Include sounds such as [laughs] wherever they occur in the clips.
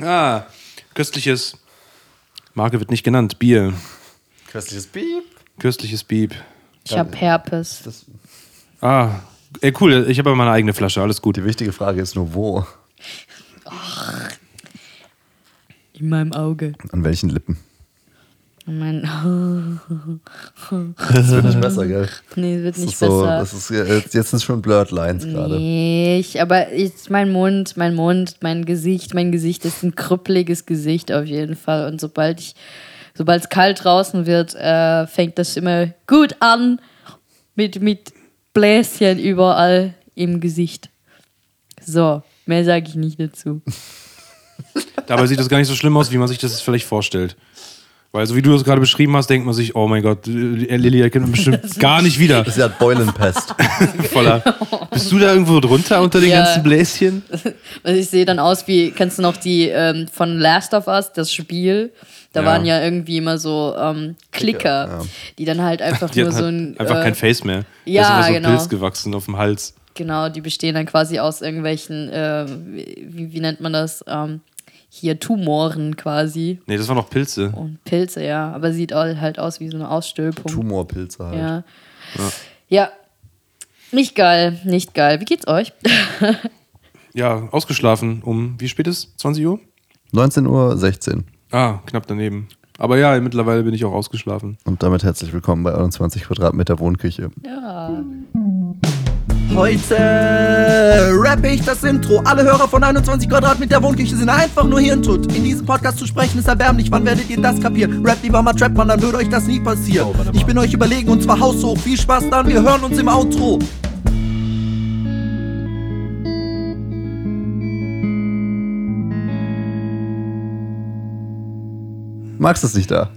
Ah, köstliches. Marke wird nicht genannt. Bier. Köstliches Piep. Köstliches Bieb. Ich habe Herpes. Das, Ah, ey, cool. Ich habe aber meine eigene Flasche. Alles gut. die wichtige Frage ist nur wo? In meinem Auge. An welchen Lippen? In meinem [laughs] Das wird nicht besser, gell? Nee, wird Das nicht ist so, besser. das ist, jetzt jetzt sind schon Blurred Lines gerade. Nicht, aber ich, mein Mund, mein Mund, mein Gesicht, mein Gesicht ist ein krüppeliges Gesicht auf jeden Fall. Und sobald ich, sobald es kalt draußen wird, äh, fängt das immer gut an mit, mit Bläschen überall im Gesicht. So, mehr sage ich nicht dazu. Dabei sieht das gar nicht so schlimm aus, wie man sich das vielleicht vorstellt. Weil, so wie du das gerade beschrieben hast, denkt man sich, oh mein Gott, äh, Lilly erkennt man [laughs] bestimmt gar nicht wieder. Sie hat Beulenpest. Voller. [laughs] Bist du da irgendwo drunter unter den Ja. ganzen Bläschen? Also ich sehe dann aus wie, kennst du noch die ähm, von Last of Us, das Spiel? Da Ja. waren ja irgendwie immer so ähm, Klicker, die dann halt einfach Die nur hat so halt ein. einfach äh, kein Face mehr. Da ja, ist immer so ein genau. Pilz gewachsen auf dem Hals. Genau, die bestehen dann quasi aus irgendwelchen, äh, wie, wie nennt man das? Ähm, hier Tumoren quasi Nee, das waren noch Pilze. und Pilze, ja. Aber sieht all, halt aus wie so eine Ausstülpung. Tumorpilze halt. Oh. ja. ja. Nicht geil, nicht geil. Wie geht's euch? [laughs] Ja, ausgeschlafen um, wie spät ist? 20 Uhr? 19.16 Uhr. Ah, knapp daneben. Aber ja, mittlerweile bin ich auch ausgeschlafen. Und damit herzlich willkommen bei 21 Quadratmeter Wohnküche. Heute rappe ich das Intro. Alle Hörer von 21 Quadratmeter Wohnküche sind einfach nur Hirntod. In diesem Podcast zu sprechen ist erbärmlich. Wann werdet ihr das kapieren? Rappt lieber mal Trap, Mann, dann würde euch das nie passieren. Oh, Ich bin euch überlegen und zwar haushoch. Viel Spaß dann, wir hören uns im Outro. Max ist nicht [laughs] da,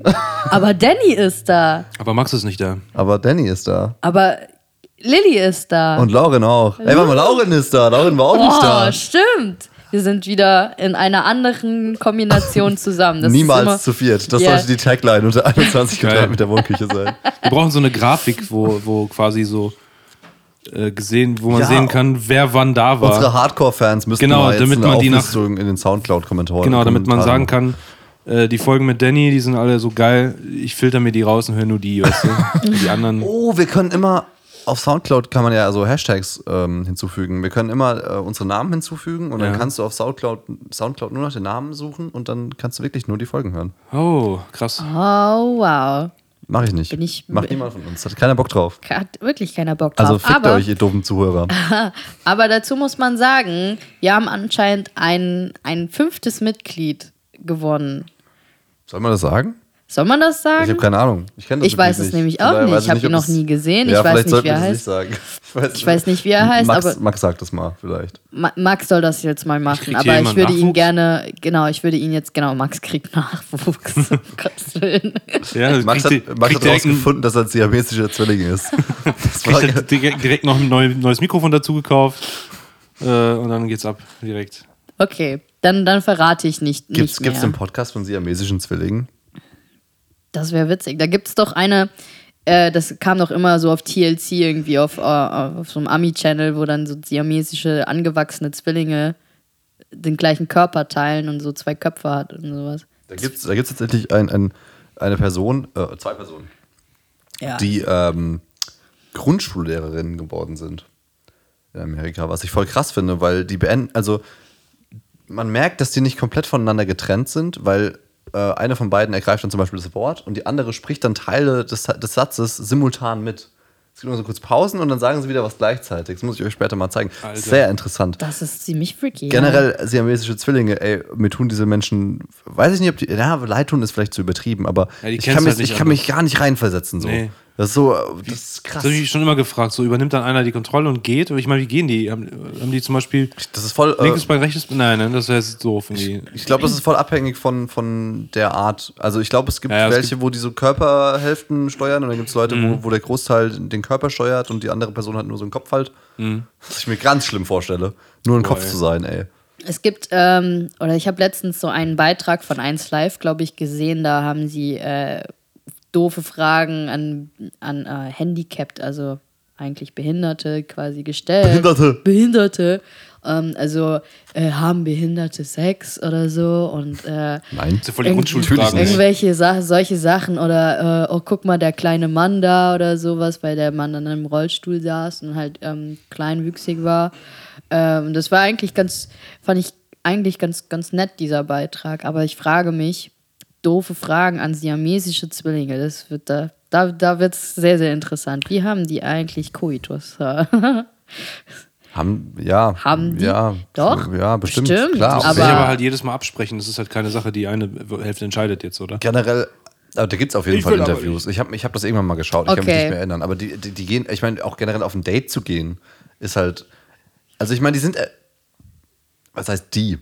Aber Danny ist da. Aber Max ist nicht da. aber Danny ist da. Aber Lilly ist da. Und Lauren auch. Ey, warte mal, Lauren ist da. Lauren war auch nicht oh, da. stimmt. Wir sind wieder in einer anderen Kombination zusammen. Das ist immer- Niemals zu viert. Das Ja. sollte die Tagline unter [laughs] 21 Geil. Quadratmeter Wohnküche sein. Wir brauchen so eine Grafik, wo, wo quasi so äh, gesehen, wo man Ja. sehen kann, wer wann da war. Unsere Hardcore-Fans müssen Genau, mal jetzt damit eine man die nach- Auflistung in den Soundcloud-Kommentaren. Genau, damit man sagen Kommentaren- kann, äh, die Folgen mit Danny, die sind alle so geil. Ich filter mir die raus und höre nur die, weißt du? Die anderen. Oh, wir können immer auf Soundcloud kann man ja also Hashtags ähm, hinzufügen. Wir können immer äh, unsere Namen hinzufügen und Ja. dann kannst du auf Soundcloud, Soundcloud nur nach den Namen suchen und dann kannst du wirklich nur die Folgen hören. Oh, krass. Oh, wow. Mach ich nicht. Bin ich- Macht niemand von uns. Hat keiner Bock drauf. Hat wirklich keiner Bock drauf. Also fickt aber, euch, ihr dummen Zuhörer. aber dazu muss man sagen, wir haben anscheinend ein, ein fünftes Mitglied gewonnen. Soll man das sagen? Soll man das Ich sagen? habe keine Ahnung. Ich kenne das Ich weiß Mitglied es nämlich Von auch daher nicht. weiß Ich hab ihn ob noch es- nie gesehen. Ich Ja, weiß vielleicht nicht, sollten wie er wir das heißt. Nicht sagen. Ich, weiß Ich weiß nicht, wie er heißt, Max, aber- Max sagt das mal vielleicht. Ma Max soll das jetzt mal machen, krieg hier aber ich jemand würde ihn Nachwuchs? gerne, genau, ich würde ihn jetzt, genau, Max kriegt [laughs] Nachwuchs. Um Gottes Willen. Ja, das Max hat, Äh, kriegt die- Max kriegt hat direkt ein- rausgefunden, dass er ein siamesischer Zwilling [laughs] ist. Das war, Ich habe direkt direkt noch ein neu- neues Mikrofon dazu gekauft. Äh, und dann geht's ab direkt. Okay, dann, dann verrate ich nicht. gibt's, nicht mehr. gibt's einen Podcast von siamesischen Zwillingen? Das wäre witzig. Da gibt es doch eine, äh, das kam doch immer so auf TLC irgendwie, auf, äh, auf so einem Ami-Channel, wo dann so siamesische angewachsene Zwillinge den gleichen Körper teilen und so zwei Köpfe hat und sowas. Da gibt es da gibt's tatsächlich ein, ein, eine Person, äh, zwei Personen, Ja. die ähm, Grundschullehrerinnen geworden sind in Amerika, was ich voll krass finde, weil die beenden, also man merkt, dass die nicht komplett voneinander getrennt sind, weil äh, eine von beiden ergreift dann zum Beispiel das Wort und die andere spricht dann Teile des, des Satzes simultan mit. Es gibt immer so kurz Pausen und dann sagen sie wieder was gleichzeitig. Das muss ich euch später mal zeigen. Alter. Sehr interessant. das ist ziemlich freaky. Generell siamesische Zwillinge, ey, mir tun diese Menschen, weiß ich nicht, ob die, ja, leid tun ist vielleicht zu übertrieben, aber Ja, die ich, kennst kann halt mich, nicht ich kann mich gar nicht reinversetzen. So. Nee. Das ist so, äh, das ist krass. Das habe ich mich schon immer gefragt. So übernimmt dann einer die Kontrolle und geht. Aber ich meine, wie gehen die? Haben, haben die zum Beispiel Das ist voll, äh, linkes Bein, rechtes Bein? Nein, nein, das wäre doof. Irgendwie. ich glaube, das ist voll abhängig von, von der Art. Also ich glaube, es gibt Ja, ja, es welche, gibt- Mhm. wo die so Körperhälften steuern und dann gibt es Leute, wo, wo der Großteil den Körper steuert und die andere Person hat nur so einen Kopf halt. Was ich mir ganz schlimm vorstelle, nur ein Kopf Mhm. ey. zu sein, ey. Es gibt, ähm, oder ich habe letztens so einen Beitrag von 1 Live, glaube ich, gesehen. Da haben sie äh, doofe Fragen an, an äh, Handicapped, also eigentlich Behinderte quasi gestellt. Behinderte. Behinderte. Ähm, also äh, haben Behinderte Sex oder so und äh, Nein. Das sind voll die Irgend- Grundschulfragen. Natürlich nicht. Irgendwelche Sa solche Sachen oder äh, oh, guck mal, der kleine Mann da oder sowas, weil der Mann dann im Rollstuhl saß und halt ähm, kleinwüchsig war. Ähm, das war eigentlich ganz, fand ich eigentlich ganz, ganz nett, dieser Beitrag. Aber ich frage mich, doofe Fragen an siamesische Zwillinge, das wird da, da, da wird es sehr, sehr interessant. Wie haben die eigentlich Koitus? [laughs] Haben, ja. Haben die? Ja, Doch. Ja, bestimmt. Bestimmt, klar. Aber Aber- sich aber halt jedes Mal absprechen. Das ist halt keine Sache, die eine Hälfte entscheidet jetzt, oder? generell, aber da gibt es auf jeden Ich Fall will aber Interviews. Ich habe ich hab das irgendwann mal geschaut, ich kann mich Okay. nicht mehr erinnern. Aber die, die, die gehen, ich meine, auch generell auf ein Date zu gehen, ist halt. Also ich meine, die sind. Äh, was heißt die?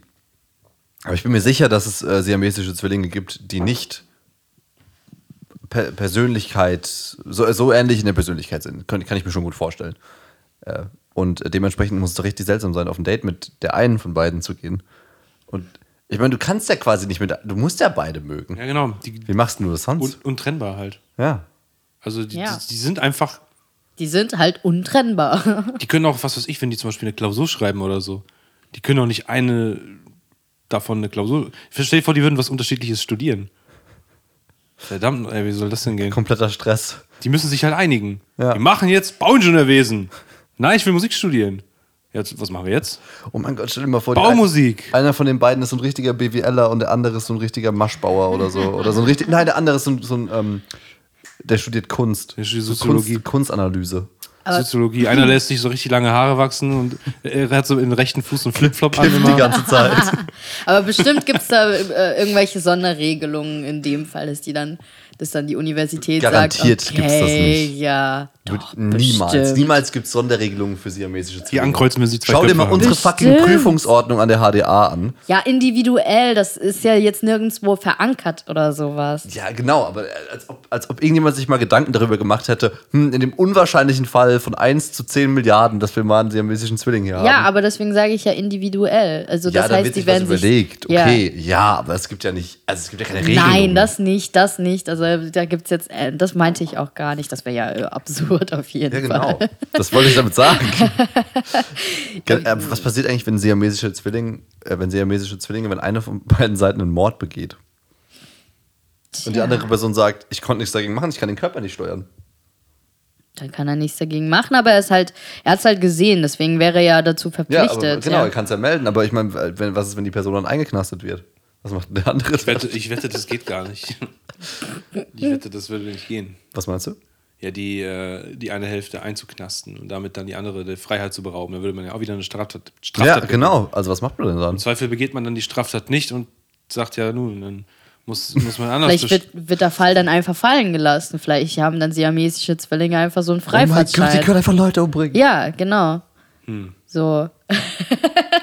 Aber ich bin mir sicher, dass es äh, siamesische Zwillinge gibt, die nicht per Persönlichkeit, so, so ähnlich in der Persönlichkeit sind. Kann, kann ich mir schon gut vorstellen. Äh, und dementsprechend muss es doch richtig seltsam sein, auf ein Date mit der einen von beiden zu gehen. Und ich meine, du kannst ja quasi nicht mit. Du musst ja beide mögen. Ja, genau. Die, Wie machst denn du das sonst? un, untrennbar halt. ja. Also die, Ja. die, die sind einfach, Die sind halt untrennbar. [laughs] die können auch, was weiß ich, wenn die zum Beispiel eine Klausur schreiben oder so, die können auch nicht eine davon eine Klausur. Ich verstehe vor, die würden was Unterschiedliches studieren. Verdammt, ey, wie soll das denn gehen? Kompletter Stress. Die müssen sich halt einigen. Ja. Die machen jetzt Bauingenieurwesen. Nein, ich will Musik studieren. Jetzt, was machen wir jetzt? Oh mein Gott, stell dir mal vor, die Baumusik. ein- einer von den beiden ist so ein richtiger BWLer und der andere ist so ein richtiger Maschbauer oder so. Oder so ein richtig, nein, der andere ist so ein, so ein ähm, der studiert Kunst. Der studiert So Soziologie. Kunst, Kunstanalyse. Soziologie. Einer lässt sich so richtig lange Haare wachsen und er hat so den rechten Fuß einen Flipflop an. Kifft die immer. ganze Zeit. [laughs] Aber bestimmt gibt es da äh, irgendwelche Sonderregelungen in dem Fall, dass die dann, dass dann die Universität Garantiert sagt, okay, gibt's das nicht. ja, Wird doch, niemals. bestimmt. Niemals gibt es Sonderregelungen für siamesische Zwillinge. ankreuzen, wenn sie zwei Schau dir Köpfe mal haben. unsere fucking Bestimmt. Prüfungsordnung an der HDA an. Ja, individuell, das ist ja jetzt nirgendwo verankert oder sowas. Ja, genau, aber als ob, als ob irgendjemand sich mal Gedanken darüber gemacht hätte, hm, in dem unwahrscheinlichen Fall von 1 zu 10 Milliarden, dass wir mal einen siamesischen Zwilling hier haben. Ja, aber deswegen sage ich ja individuell. Also ja, das da heißt, wird die sich was werden sich überlegt. Ja. Okay, ja. aber es gibt ja nicht, also es gibt ja keine Regelung. Nein, das nicht, das nicht. Also da gibt's jetzt, äh, das meinte ich auch gar nicht. Das wäre ja äh, absurd auf jeden Ja, genau. Fall. Das [laughs] wollte ich damit sagen. Ge- äh, was passiert eigentlich, wenn siamesische Zwillinge, äh, wenn siamesische Zwillinge, wenn eine von beiden Seiten einen Mord begeht und die Tja, andere Person sagt, ich konnte nichts dagegen machen, ich kann den Körper nicht steuern? Dann kann er nichts dagegen machen, aber er ist halt, er hat's halt gesehen, deswegen wäre er ja dazu Ja, verpflichtet. aber, genau, ja. er kann es ja melden, aber ich meine, wenn, was ist, wenn die Person dann eingeknastet wird? Was macht denn der andere? Ich wette, ich wette, das geht gar nicht. Ich wette, das würde nicht gehen. Was meinst du? Ja, die, äh, die eine Hälfte einzuknasten und damit dann die andere der Freiheit zu berauben. Da würde man ja auch wieder eine Straftat. Straftat Ja, begehen. genau. Also was macht man denn Im dann? Zweifel begeht man dann die Straftat nicht und sagt ja, nun, dann muss, muss man anders Vielleicht wird, wird der Fall dann einfach fallen gelassen. Vielleicht haben dann siamesische Zwillinge einfach so einen Oh die Freifahrtschein. können Hm. einfach Leute umbringen. ja, genau. So. best-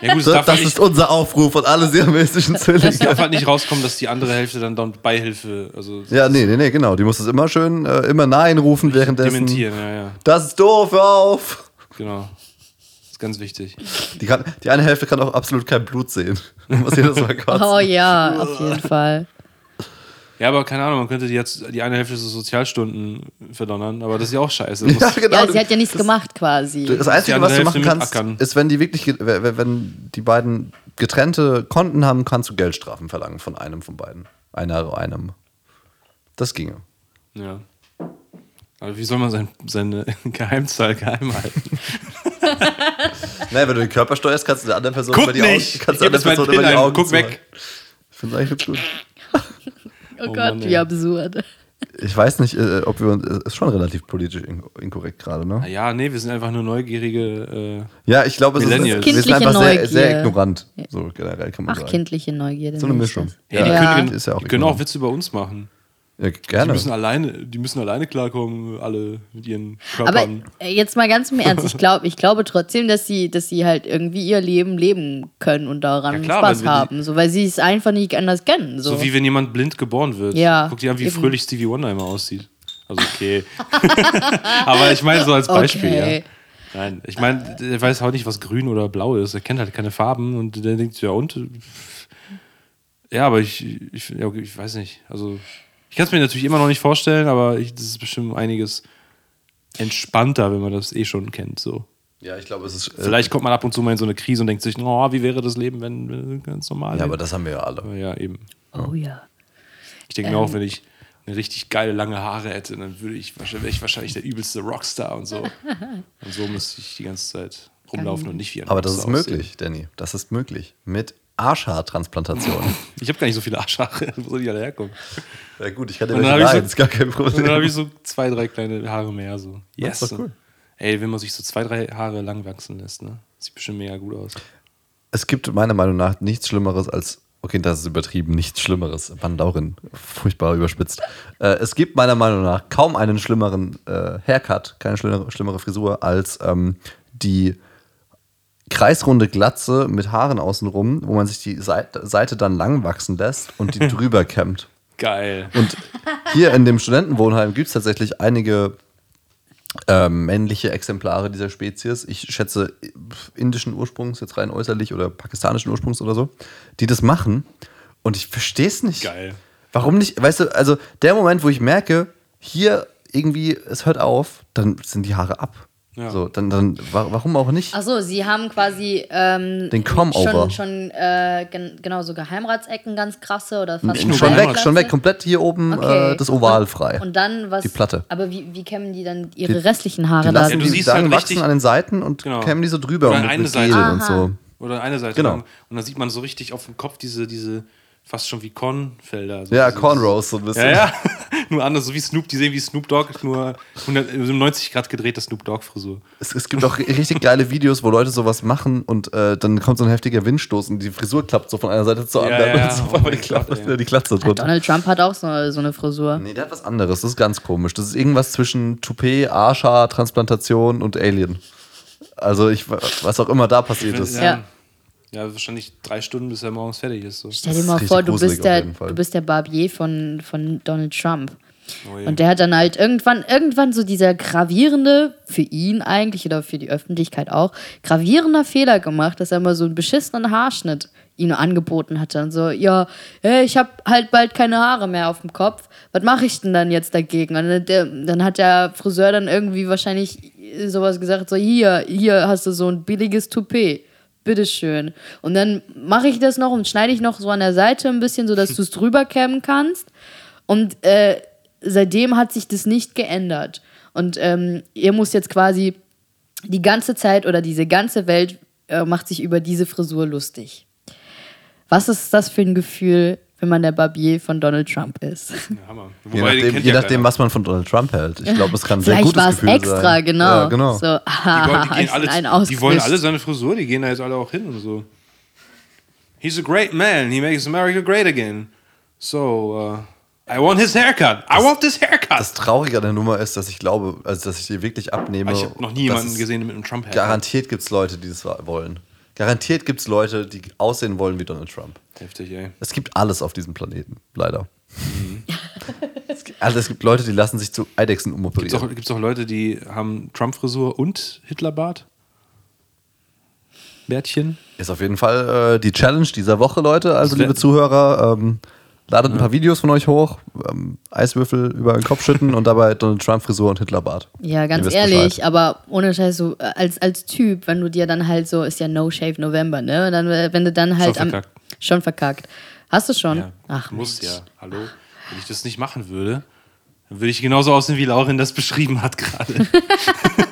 Ja, gut, es So, darf, das halt ist nicht, unser Aufruf an alle siamesischen es darf Zwillinge. halt nicht rauskommen, dass die andere Hälfte dann, dann Beihilfe, also Ja, nee, nee, nee, genau. Die muss es immer schön, äh, immer Nein rufen währenddessen. dementieren. Ja, ja, Das ist doof, hör auf! genau. Das ist ganz wichtig. Die, kann, die eine Hälfte kann auch absolut kein Blut sehen. [laughs] Muss jedes Mal kotzen. Oh [laughs] ja, auf jeden Fall. Ja, aber keine Ahnung, man könnte die jetzt die eine Hälfte so Sozialstunden verdonnern, aber das ist ja auch scheiße. [laughs] Ja, Muss, genau. ja, sie hat ja nichts gemacht quasi. Oh das Einzige, andere was du Hälfte machen mit kannst, ackern. ist, wenn die wirklich, ge- we- we- wenn die beiden getrennte Konten haben, kannst du Geldstrafen verlangen von einem von beiden. Einer, einem. Das ginge. ja. Aber wie soll man sein, seine [laughs] Geheimzahl geheim halten? Naja, wenn du den Körper steuerst, kannst du der anderen Person über Guck die Augen, nicht! kannst Ich der geb jetzt meinen anderen Person Pin über die ein, Augen guck zuhalten. weg! Ich finde eigentlich ganz gut. Oh, Gott, Mann, ey. wie absurd. Ich weiß nicht, äh, ob wir uns. Ist schon relativ politisch in, inkorrekt gerade, ne? Ja, nee, wir sind einfach nur neugierige. Äh, Ja, ich glaube, es ist, wir Millennials. sind Kindliche einfach sehr, Neugier. sehr ignorant. So generell kann man Ach, sagen. kindliche Neugierde. So eine nenn ich das. Mischung. hey, die Ja. können, Ist ja auch die können egal. auch Witze über uns machen. Ja, Die gerne. müssen, alleine, die müssen alleine klarkommen, alle mit ihren Aber Körpern. äh, jetzt [laughs] mal ganz im Ernst, ich, glaub, ich glaube trotzdem, dass sie, dass sie halt irgendwie ihr Leben leben können und daran Ja, klar, weil Spaß wir die- haben, so, weil sie es einfach nicht anders kennen. So, so wie wenn jemand blind geboren wird. Ja, Guck dir an, wie eben. fröhlich Stevie Wonder immer aussieht. Also okay. [laughs] aber ich meine so als Beispiel, Okay. ja. Nein, ich meine, er weiß halt nicht, was grün oder blau ist. Er kennt halt keine Farben und der denkt, ja und? Ja, aber ich, ich, ja, okay, ich weiß nicht. Also, ich kann es mir natürlich immer noch nicht vorstellen, aber ich, das ist bestimmt einiges. entspannter, wenn man das eh schon kennt. So. Ja, ich glaube, es ist. äh, Vielleicht. Vielleicht kommt man ab und zu mal in so eine Krise und denkt sich, oh, wie wäre das Leben, wenn wenn ganz normal Ja, wäre?" aber das haben wir ja alle. Aber ja, eben. Oh ja. Ich denke mir auch, wenn ich eine richtig geile lange Haare hätte, dann würde ich wahrscheinlich, wäre ich wahrscheinlich der übelste Rockstar und so. Und so müsste ich die ganze Zeit rumlaufen und nicht wie ein Aber das ist Rockstar aussehen. möglich, Danny. Das ist möglich. Mit [laughs] Arschhaartransplantation. Ich habe gar nicht so viele Arschhaare, wo soll die alle herkommen? ja, gut, ich kann dir Und welche dann hab ich so- leihen, ist gar kein Und dann habe ich Problem. so zwei, drei kleine Haare mehr. So. Yes. ist doch cool. Ey, wenn man sich so zwei, drei Haare lang wachsen lässt, ne? Sieht bestimmt mega gut aus. Es gibt meiner Meinung nach nichts Schlimmeres als. Okay, das ist übertrieben, nichts Schlimmeres. Van Lauren, furchtbar überspitzt. Äh, es gibt meiner Meinung nach kaum einen schlimmeren äh, Haircut, keine schlimmere, schlimmere Frisur als ähm, die kreisrunde Glatze mit Haaren außenrum, wo man sich die Seite, Seite dann lang wachsen lässt [laughs] und die drüber kämmt. Geil. Und hier in dem Studentenwohnheim gibt es tatsächlich einige ähm, männliche Exemplare dieser Spezies. Ich schätze äh, indischen Ursprungs, jetzt rein äußerlich oder pakistanischen Ursprungs oder so, die das machen. Und ich verstehe es nicht. Geil. Warum nicht? Weißt du, also der Moment, wo ich merke, hier irgendwie, es hört auf, dann sind die Haare ab. Ja. So, dann, dann, wa- warum auch nicht? Achso, sie haben quasi ähm, Den Come-Over. schon, schon äh, gen genau so Geheimratsecken ganz krasse oder fast nur schon weg, Geheimratsecken. schon weg, komplett hier oben Okay. äh, das Oval frei. Und, und dann was? Die Platte. Aber wie, wie kämmen die dann ihre Die- restlichen Haare Die da? lassen Ja, du die siehst Sachen halt wachsen richtig- an den Seiten und Genau. kämmen die so drüber Oder und eine mit Seite. Gel und Aha. so. Oder eine Seite Genau. lang. Und dann sieht man so richtig auf dem Kopf diese, diese fast schon wie Kornfelder. So Ja, dieses- Cornrows so ein bisschen. Ja, ja. [laughs] nur anders, so wie Snoop, die sehen wie Snoop Dogg, nur 100, äh, 90 Grad gedrehte Snoop Dogg-Frisur. Es, es gibt auch richtig geile Videos, wo Leute sowas machen und äh, dann kommt so ein heftiger Windstoß und die Frisur klappt so von einer Seite zur Ja, anderen ja, und so oh auf einmal die, mein Gott, Klappe, ey. die Klatze drunter. Donald Trump hat auch so, so eine Frisur. Nee, der hat was anderes. Das ist ganz komisch. Das ist irgendwas zwischen Toupet, Arscha, Transplantation und Alien. Also ich was auch immer da passiert ist. Ja. ja, wahrscheinlich drei Stunden, bis er morgens fertig ist. So. Stell dir ist mal richtig vor, du gruselig bist, auf der, jeden Fall. du bist der Barbier von, von Donald Trump. Oh je. Und der hat dann halt irgendwann, irgendwann so dieser gravierende, für ihn eigentlich oder für die Öffentlichkeit auch, gravierender Fehler gemacht, dass er mal so einen beschissenen Haarschnitt ihm angeboten hat. Dann so, ja, hey, ich habe halt bald keine Haare mehr auf dem Kopf. Was mache ich denn dann jetzt dagegen? Und dann- der, dann hat der Friseur dann irgendwie wahrscheinlich sowas gesagt, so hier, hier hast du so ein billiges Toupet. Bitteschön. Und dann mache ich das noch und schneide ich noch so an der Seite ein bisschen, sodass du es drüber kämmen kannst. Und äh, seitdem hat sich das nicht geändert. Und ähm, ihr müsst jetzt quasi die ganze Zeit oder diese ganze Welt äh, macht sich über diese Frisur lustig. Was ist das für ein Gefühl, wenn man der Barbier von Donald Trump ist? Ja, Hammer. Je Wobei, den nachdem, kennt je ja nachdem keiner. was man von Donald Trump hält. Ich glaube, es kann ein [laughs] sehr Vielleicht gutes war es Gefühl extra, sein. genau. Ja, genau. So, [laughs] Die, wollen, die, ich [laughs] gehen bin einen alle, die wollen ausgewischt. alle seine Frisur, die gehen da jetzt alle auch hin und so. He's a great man, he makes America great again. So, uh, I want his haircut. I want this haircut. Das Traurige an der Nummer ist, dass ich glaube, also dass ich die wirklich abnehme. Ah, ich habe noch nie dass jemanden es- gesehen mit einem Trump-Haircut. Garantiert gibt es Leute, die das wollen. Garantiert gibt es Leute, die aussehen wollen wie Donald Trump. Heftig, ey. Es gibt alles auf diesem Planeten, leider. Mhm. Es gibt- also es gibt Leute, die lassen sich zu Eidechsen Gibt's auch, umoperieren. gibt's auch Leute, die haben Trump-Frisur und Hitlerbart? Bärtchen? Ist auf jeden Fall äh, die Challenge dieser Woche, Leute. Also liebe Zuhörer, ähm, ladet ein paar Videos von euch hoch, ähm, Eiswürfel über den Kopf schütten und dabei Donald Trump Frisur und Hitlerbart. Ja, Ihr ganz wisst ehrlich, Bescheid. aber ohne Scheiß, so äh, als, als Typ, wenn du dir dann halt so, ist ja No Shave November, ne? Und dann, äh, wenn du dann halt am. verkackt. Schon verkackt. Hast du schon? Ja, Ach, muss Mensch. ja. Hallo? Wenn ich das nicht machen würde, dann würde ich genauso aussehen, wie Laurin das beschrieben hat gerade.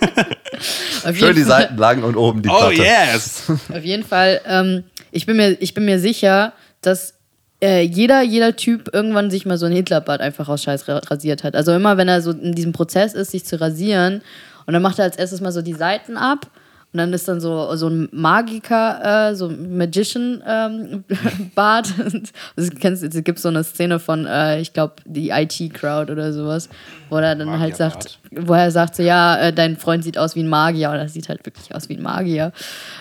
Auf Schön jeden die Fall- Seitenlagen und oben die [laughs] oh Platte. yes! [laughs] Auf jeden Fall, ähm, ich, bin mir, ich bin mir sicher, dass äh, jeder, jeder Typ irgendwann sich mal so ein Hitlerbart einfach aus Scheiß ra- rasiert hat. Also immer, wenn er so in diesem Prozess ist, sich zu rasieren, und dann macht er als erstes mal so die Seiten ab. Und dann ist dann so, so ein Magiker, äh, so ein [laughs] Magician-Bart. das kennst, es gibt so eine Szene von, äh, ich glaube, die IT-Crowd oder sowas, wo er dann halt sagt, Magierbart. wo er sagt so, ja, äh, dein Freund sieht aus wie ein Magier oder sieht halt wirklich aus wie ein Magier.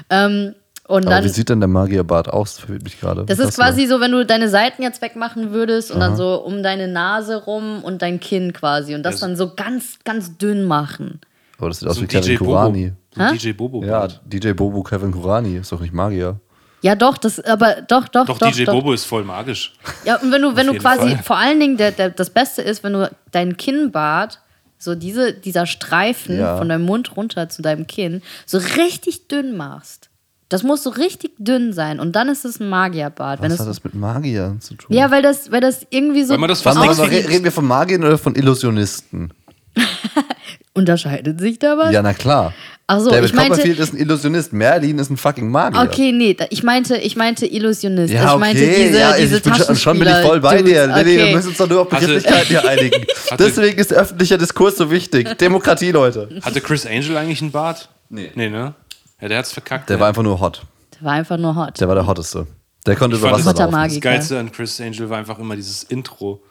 Ähm, und Aber dann, wie sieht denn der Magierbart aus? Das verwirrt mich gerade. das Was ist hast du da? quasi so, wenn du deine Seiten jetzt wegmachen würdest und dann so um deine Nase rum und dein Kinn quasi und das Also- dann so ganz, ganz dünn machen. Aber Oh, das sieht aus So wie ein Kevin DJ Bobo. Kurani. So ein Hä? DJ Bobo. Ja, DJ Bobo Kevin Kurani ist doch nicht Magier. Ja, doch, das, aber doch, doch, Doch, doch. DJ doch. Bobo ist voll magisch. Ja, und wenn du, wenn du jeden quasi, Fall. vor allen Dingen, der, der, das Beste ist, wenn du deinen Kinnbart so diese, dieser Streifen Ja. von deinem Mund runter zu deinem Kinn so richtig dünn machst. Das muss so richtig dünn sein und dann ist es ein Magierbart. Wenn Was es, hat das mit Magiern zu tun? ja, weil das, weil das irgendwie so Weil man das Warte mal, Was aber denkst du- re- reden wir von Magiern oder von Illusionisten? unterscheidet sich da was? Ja, na klar. Ach so, David ich meinte- Copperfield ist ein Illusionist, Merlin ist ein fucking Magier. Okay, nee, da- ich meinte, ich meinte Illusionist. Ja, ich meinte okay, diese, ja, diese ich bin schon, schon bin ich voll bei dir. Taschenspieler-Dudes. Lilly, wir Okay. müssen uns doch nur auf Hatte- [laughs] Begrifflichkeiten hier einigen. Hatte- Deswegen ist öffentlicher Diskurs so wichtig. Demokratie, Leute. Hatte Chris Angel eigentlich einen Bart? Nee. Nee, ne? Ja, der hat's verkackt. Der ne? war einfach nur hot. Der war einfach nur hot. Der war der hotteste. Der konnte über fand Wasser das- laufen. Hotter Das Magiker. Geilste an Chris Angel war einfach immer dieses Intro.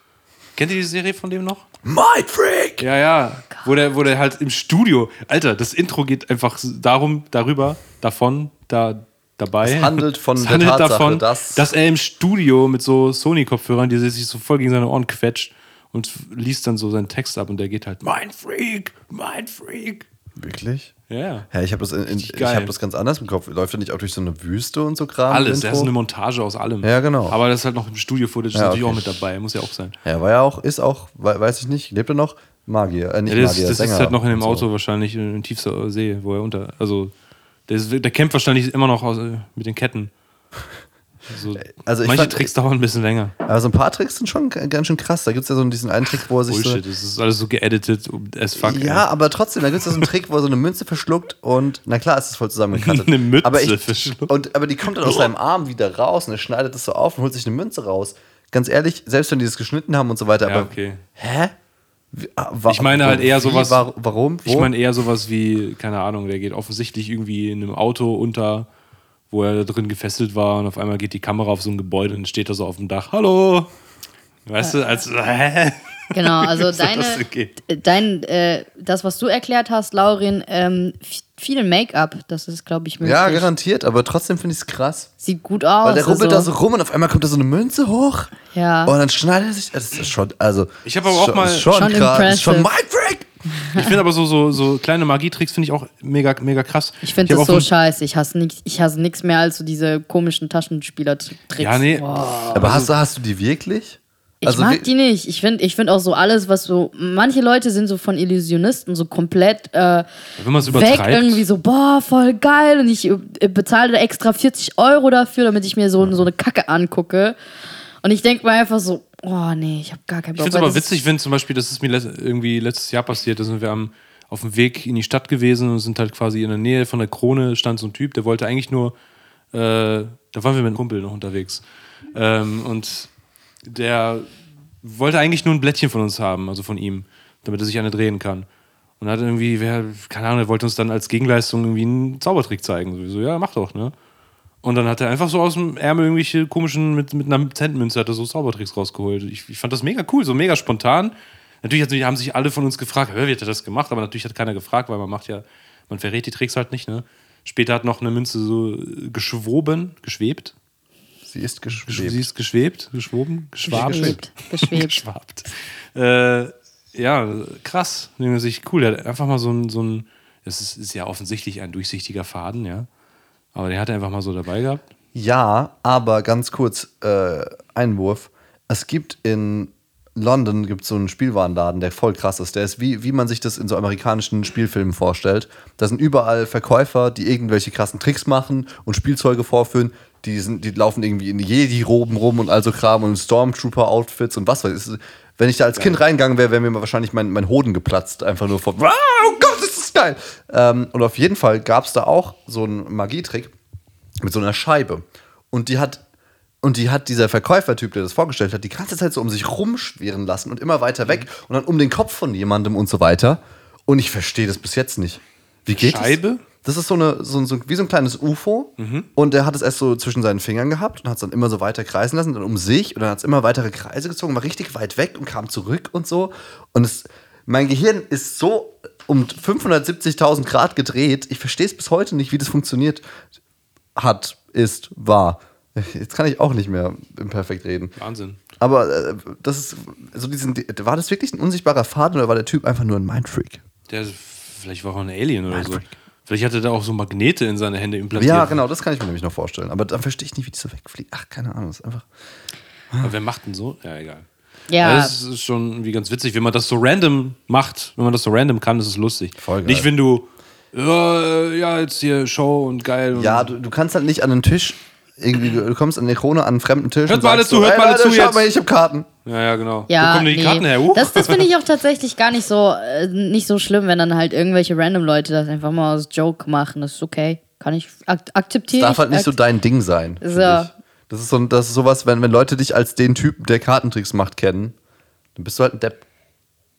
Kennt ihr die Serie von dem noch? Mind Freak! Ja, ja. Wo der, wo der halt im Studio. Alter, das Intro geht einfach darum, darüber, davon, da, dabei. Es handelt von es der handelt Tatsache, davon, dass- dass, er im Studio mit so Sony-Kopfhörern, die sich so voll gegen seine Ohren quetscht und liest dann so seinen Text ab und der geht halt Mind Freak, Mind Freak. Wirklich? Ja, ja. Ja, ich habe das, in, in, ich geil. hab das ganz anders im Kopf. Läuft er nicht auch durch so eine Wüste und so Kram? Alles, Intro? das ist eine Montage aus allem. Ja, genau. Aber das ist halt noch im Studio-Footage Ja, natürlich okay. auch mit dabei, muss ja auch sein. Ja, war ja auch, ist auch, we- weiß ich nicht, lebt er noch? Magier, äh, nicht Ja, das Magier, das Sänger. ist halt noch in dem und so. Auto wahrscheinlich in, in tiefster See, wo er unter. Also, der, ist, der kämpft wahrscheinlich immer noch aus, äh, mit den Ketten. Also, [laughs] also ich manche fand- Tricks dauern ein bisschen länger. Aber so ein paar Tricks sind schon g- ganz schön krass. Da gibt es ja so diesen einen Trick, wo er sich Bullshit, das ist alles so geeditet um- as so. fuck. Ja, ey. aber trotzdem, da gibt es so einen Trick, wo er so eine Münze verschluckt und na klar, es ist voll zusammengekratzt. [laughs] Eine Mütze aber ich, verschluckt. Und, aber die kommt dann aus seinem Arm wieder raus und er schneidet das so auf und holt sich eine Münze raus. Ganz ehrlich, selbst wenn die das geschnitten haben und so weiter, Ja, aber. okay. Hä? Wie- ah, wa- Ich meine halt wie, eher sowas- wa- Warum? Wo? Ich meine eher sowas wie, keine Ahnung, der geht offensichtlich irgendwie in einem Auto unter, wo er da drin gefesselt war und auf einmal geht die Kamera auf so ein Gebäude und steht da so auf dem Dach. Hallo! Weißt du, als. Hä? [laughs] Genau, also So, deine, dass es geht. dein, äh, das, was du erklärt hast, Laurin, ähm, f- viel Make-up, das ist, glaube ich, möglich. ja, garantiert, aber trotzdem finde ich es krass. Sieht gut aus. Weil der rubbelt da also- so rum und auf einmal kommt da so eine Münze hoch. Ja. Und dann schneidet er sich. Das ist schon, also. Ich habe aber auch schon, mal- Schon, krass. Schon impressive. Ist schon Mindbreak! Ich finde aber so, so, so kleine Magietricks finde ich auch mega, mega krass. Ich finde hab das auf so dem- scheiße. Ich hasse nichts ich hasse nix mehr als so diese komischen Taschenspieler-Tricks. Ja, nee. Ah, Aber also hast, du- hast du die wirklich? Also Ich wie- mag die nicht. Ich finde ich find auch so alles, was so. Manche Leute sind so von Illusionisten so komplett äh, Wenn man es weg, übertreibt. irgendwie so, boah, voll geil. Und ich äh, bezahle da extra 40 Euro dafür, damit ich mir so, so eine Kacke angucke. Und ich denke mir einfach so, oh nee, ich habe gar keinen Ich Bock. finde es weil aber das ist- witzig, wenn zum Beispiel, das ist mir let irgendwie letztes Jahr passiert, da sind wir am, auf dem Weg in die Stadt gewesen und sind halt quasi in der Nähe von der Krone stand so ein Typ, der wollte eigentlich nur, äh, da waren wir mit einem Kumpel noch unterwegs. Ähm, und der wollte eigentlich nur ein Blättchen von uns haben, also von ihm, damit er sich eine drehen kann. Und hat irgendwie, wer, keine Ahnung, er wollte uns dann als Gegenleistung irgendwie einen Zaubertrick zeigen. Sowieso, ja, mach doch, ne? Und dann hat er einfach so aus dem Ärmel irgendwelche komischen, mit, mit einer Centmünze hat er so Zaubertricks rausgeholt. Ich, ich fand das mega cool, so mega spontan. Natürlich hat- haben sich alle von uns gefragt, "Hä, wie hat er das gemacht? Aber natürlich hat keiner gefragt, weil man macht ja, man verrät die Tricks halt nicht, ne? Später hat noch eine Münze so äh, geschwoben, geschwebt. Sie ist Sie geschwebt. ist geschwebt, geschwoben, geschwabt. Geschwebt. Geschwebt. [laughs] Geschwabt. Äh, ja, krass. Nehmen wir sich cool. Der hat einfach mal so ein, so ein es ist, ist ja offensichtlich ein durchsichtiger Faden, ja. Aber den hat er einfach mal so dabei gehabt. Ja, aber ganz kurz äh, Einwurf. Es gibt in London gibt's so einen Spielwarenladen, der voll krass ist. Der ist wie, wie man sich das in so amerikanischen Spielfilmen vorstellt. Da sind überall Verkäufer, die irgendwelche krassen Tricks machen und Spielzeuge vorführen. Die, sind, die laufen irgendwie in Jedi-Roben rum und all so Kram und Stormtrooper-Outfits und was weiß ich. Wenn ich da als Kind reingegangen wäre, wäre mir wahrscheinlich mein, mein Hoden geplatzt. Einfach nur von, ah, oh Gott, ist das geil. Ähm, und auf jeden Fall gab es da auch so einen Magietrick mit so einer Scheibe. Und die hat, und die hat dieser Verkäufertyp, der das vorgestellt hat, die ganze Zeit so um sich rumschwirren lassen und immer weiter weg und dann um den Kopf von jemandem und so weiter. Und ich verstehe das bis jetzt nicht. Wie geht Scheibe? Das? das ist so eine, so, ein- so, ein- wie so ein kleines UFO. Und er hat es erst so zwischen seinen Fingern gehabt und hat es dann immer so weiter kreisen lassen, dann um sich und dann hat es immer weitere Kreise gezogen, war richtig weit weg und kam zurück und so. Und es, mein Gehirn ist so um 570.000 Grad gedreht. Ich verstehe es bis heute nicht, wie das funktioniert hat, ist, war. Jetzt kann ich auch nicht mehr im Perfekt reden. Wahnsinn. Aber äh, das ist so diesen, war das wirklich ein unsichtbarer Faden oder war der Typ einfach nur ein Mindfreak? Der, vielleicht war er auch ein Alien oder so. Vielleicht hatte der auch so Magnete in seine Hände implantiert. Ja, genau, das kann ich mir nämlich noch vorstellen. Aber dann verstehe ich nicht, wie die so wegfliegt. Ach, keine Ahnung, ist einfach. Aber wer macht denn so? Ja, egal. Ja. Das ist schon irgendwie ganz witzig. Wenn man das so random macht, wenn man das so random kann, ist es lustig. Voll geil. Nicht, wenn du, äh, ja, jetzt hier Show und geil. Und Ja, du, du kannst halt nicht an den Tisch, irgendwie, du kommst an den Krone, an einen fremden Tisch. Hört und mal alle sagst zu, so, hört "Ey, mal alle Leute, zu schaut jetzt." mal, ich hab Karten. ja, ja, genau. Wo Ja, kommen denn die nee. Karten her? Uh. Das, [laughs] das finde ich auch tatsächlich gar nicht so, äh, nicht so schlimm, wenn dann halt irgendwelche random Leute das einfach mal aus Joke machen. Das ist okay. Kann ich ak akzeptieren. Darf halt nicht so dein Ding sein. So. finde ich. Das ist, so, das ist sowas, wenn, wenn Leute dich als den Typen, der Kartentricks macht, kennen, dann bist du halt ein Depp.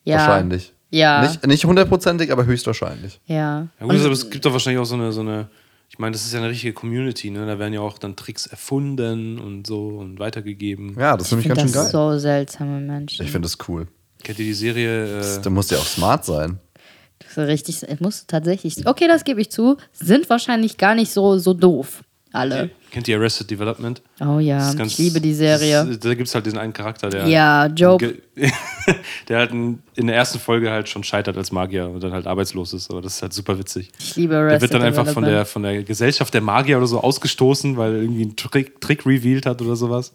ja. Wahrscheinlich. Ja. Nicht, nicht hundertprozentig, aber höchstwahrscheinlich. Ja. Ja, gut, Und- aber es gibt doch wahrscheinlich auch so eine, so eine ich meine, das ist ja eine richtige Community, ne? Da werden ja auch dann Tricks erfunden und so und weitergegeben. Ja, das finde ich Ich ganz finde schön geil. das so seltsame Menschen. Ich finde das cool. Kennt ihr die Serie? Äh, Du musst ja auch smart sein. so richtig, es muss tatsächlich. Okay, das gebe ich zu. Sind wahrscheinlich gar nicht so, so doof. Alle. Kennt ihr Arrested Development? Oh Das ja, ist ganz- ich liebe die Serie. das ist- da gibt es halt diesen einen Charakter, der. Ja, Job. ge- [laughs] Der halt in in der ersten Folge halt schon scheitert als Magier und dann halt arbeitslos ist, aber das ist halt super witzig. Ich liebe Der Arrested wird dann einfach von der, Development. von der Gesellschaft der Magier oder so ausgestoßen, weil irgendwie ein Trick, Trick revealed hat oder sowas.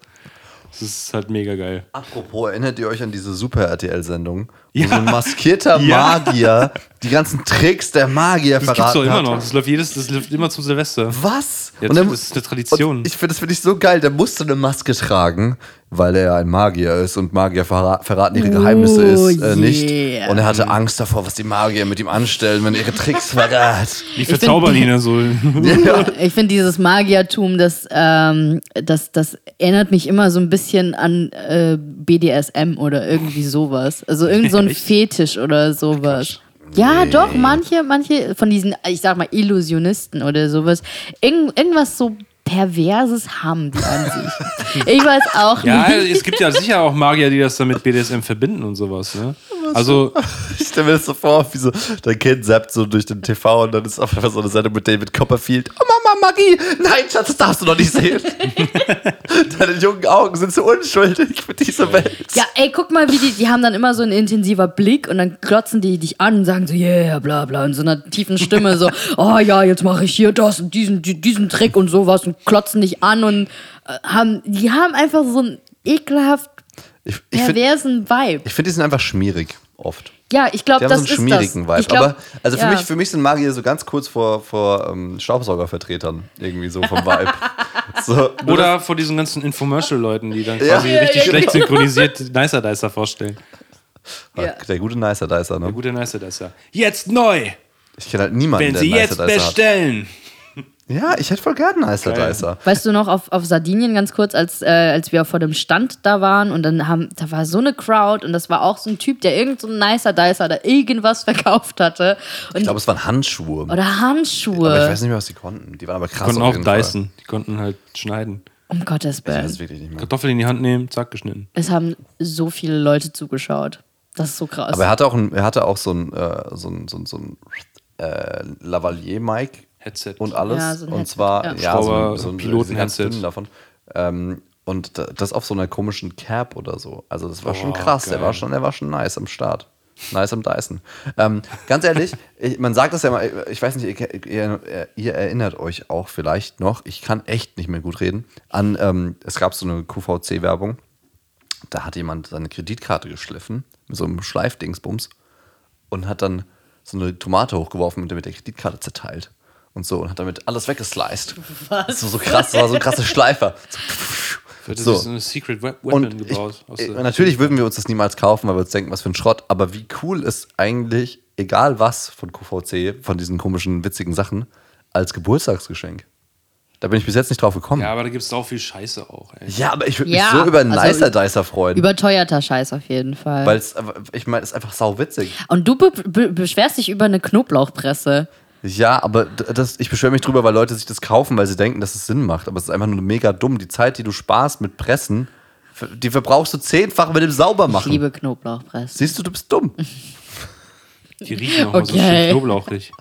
Das ist halt mega geil. Apropos, erinnert ihr euch an diese Super-RTL-Sendung, wo Ja. so ein [laughs] maskierter Ja. Magier die ganzen Tricks der Magier Das gibt's doch verraten immer hat? noch. Das läuft jedes, das läuft immer zum Silvester. Was? Ja, Und dann- das ist eine Tradition. Und ich finde das finde ich so geil. Der musste eine Maske tragen, weil er ein Magier ist und Magier verra verraten ihre Geheimnisse Oh, ist äh, nicht. yeah. Und er hatte Angst davor, was die Magier mit ihm anstellen, wenn er ihre [laughs] Tricks verrat. Die verzaubern find- ihn ja [laughs] so. ja. Ich finde dieses Magiertum, das, ähm, das, das erinnert mich immer so ein bisschen an äh, BDSM oder irgendwie sowas. Also [laughs] irgend so ein Fetisch oder sowas. Ja, doch, manche, manche von diesen, ich sag mal, Illusionisten oder sowas, irgend, irgendwas so Perverses haben die an [laughs] sich. Ich weiß auch Ja, nicht. es gibt ja sicher auch Magier, die das dann mit BDSM verbinden und sowas. Ne? Also, Ich stelle mir das so vor, wie so dein Kind zappt so durch den TV und dann ist auf einmal so eine Sendung mit David Copperfield. Oh Mama, Magie! Nein, Schatz, das darfst du noch nicht [laughs] sehen. Deine jungen Augen sind so unschuldig für diese Welt. Ja, ey, guck mal, wie die, die haben dann immer so ein intensiver Blick und dann klotzen die dich an und sagen so, yeah, bla bla, in so einer tiefen Stimme [laughs] so, oh ja, jetzt mache ich hier das und diesen, die- diesen Trick und sowas und klotzen dich an und äh, haben, die haben einfach so einen ekelhaft Ich, ich finde, perversen Vibe. ich find, die sind einfach schmierig oft. Ja, ich glaube, Die haben das so einen ist schmierigen das. Vibe. Ich glaub, aber also für, ja. mich, für mich sind Magier so ganz kurz vor, vor ähm, Staubsaugervertretern irgendwie so vom [laughs] Vibe. so, ne? nur oder vor diesen ganzen Infomercial-Leuten, die dann Ja. quasi Ja, richtig ja, schlecht synchronisiert Nicer Dicer vorstellen. das- Ah, Der gute Nicer Dicer, Der ne? gute Nicer Dicer. Jetzt neu, Ich kenne halt niemanden, wenn der Sie Nicer jetzt Dicer bestellen. hat. Ja, ich hätte voll gerne Nicer Geil. Dicer. Weißt du noch, auf, auf Sardinien ganz kurz, als, äh, als wir vor dem Stand da waren und dann haben, da war so eine Crowd und das war auch so ein Typ, der irgend so ein nicer Dicer da irgendwas [laughs] verkauft hatte. Und Ich glaube, es waren Handschuhe. Oder Handschuhe. Aber ich weiß nicht mehr, was die konnten. Die waren aber krass. Die konnten auf auch jeden Fall. deißen. Die konnten halt schneiden. um Gottes Ich weiß es Willen. wirklich nicht mehr. Kartoffeln in die Hand nehmen, zack, geschnitten. Es haben so viele Leute zugeschaut. Das ist so krass. Aber er hatte auch, ein, er hatte auch so ein, äh, so ein, so ein, so ein äh, Lavalier-Mic. Headset. Und alles. Ja, so ein und Headset, zwar, ja, so ja. ein, Schrauber- so ein Piloten-Headset. ganz dünnen davon. Ähm, und da- das auf so einer komischen Cap oder so. Also das war schon Oh, krass. Der geil. war schon, der war schon nice am Start. Nice am Dyson. Ähm, ganz ehrlich, [laughs] ich, man sagt das ja mal, ich weiß nicht, ihr, ihr, ihr erinnert euch auch vielleicht noch, ich kann echt nicht mehr gut reden, an, ähm, es gab so eine QVC-Werbung, da hat jemand seine Kreditkarte geschliffen mit so einem Schleifdingsbums und hat dann so eine Tomate hochgeworfen und damit der Kreditkarte zerteilt und so und hat damit alles weggesliced. Was? Das war so krass, das war so ein krasser Schleifer. Wird So. so. eine Secret We- Weapon Und ich, gebaut. aus äh, der- natürlich würden wir uns das niemals kaufen, weil wir uns denken, was für ein Schrott. Aber wie cool ist eigentlich, egal was von QVC, von diesen komischen, witzigen Sachen, als Geburtstagsgeschenk? Da bin ich bis jetzt nicht drauf gekommen. Ja, Ja, aber da gibt es auch viel Scheiße auch. Ey. aber ich würde Ja, mich so über einen also Nicer Dicer freuen. Überteuerter Scheiß auf jeden Fall. Weil es, äh, ich meine, es ist einfach sauwitzig. und du be be beschwerst dich über eine Knoblauchpresse. Ja, aber d- das, ich beschwöre mich drüber, weil Leute sich das kaufen, weil sie denken, dass es Sinn macht. Aber es ist einfach nur mega dumm. Die Zeit, die du sparst mit Pressen, ver- die verbrauchst du zehnfach mit dem Ich Saubermachen. liebe Knoblauchpresse. Siehst du, du bist dumm. Die riechen auch mal so Okay. schön knoblauchig.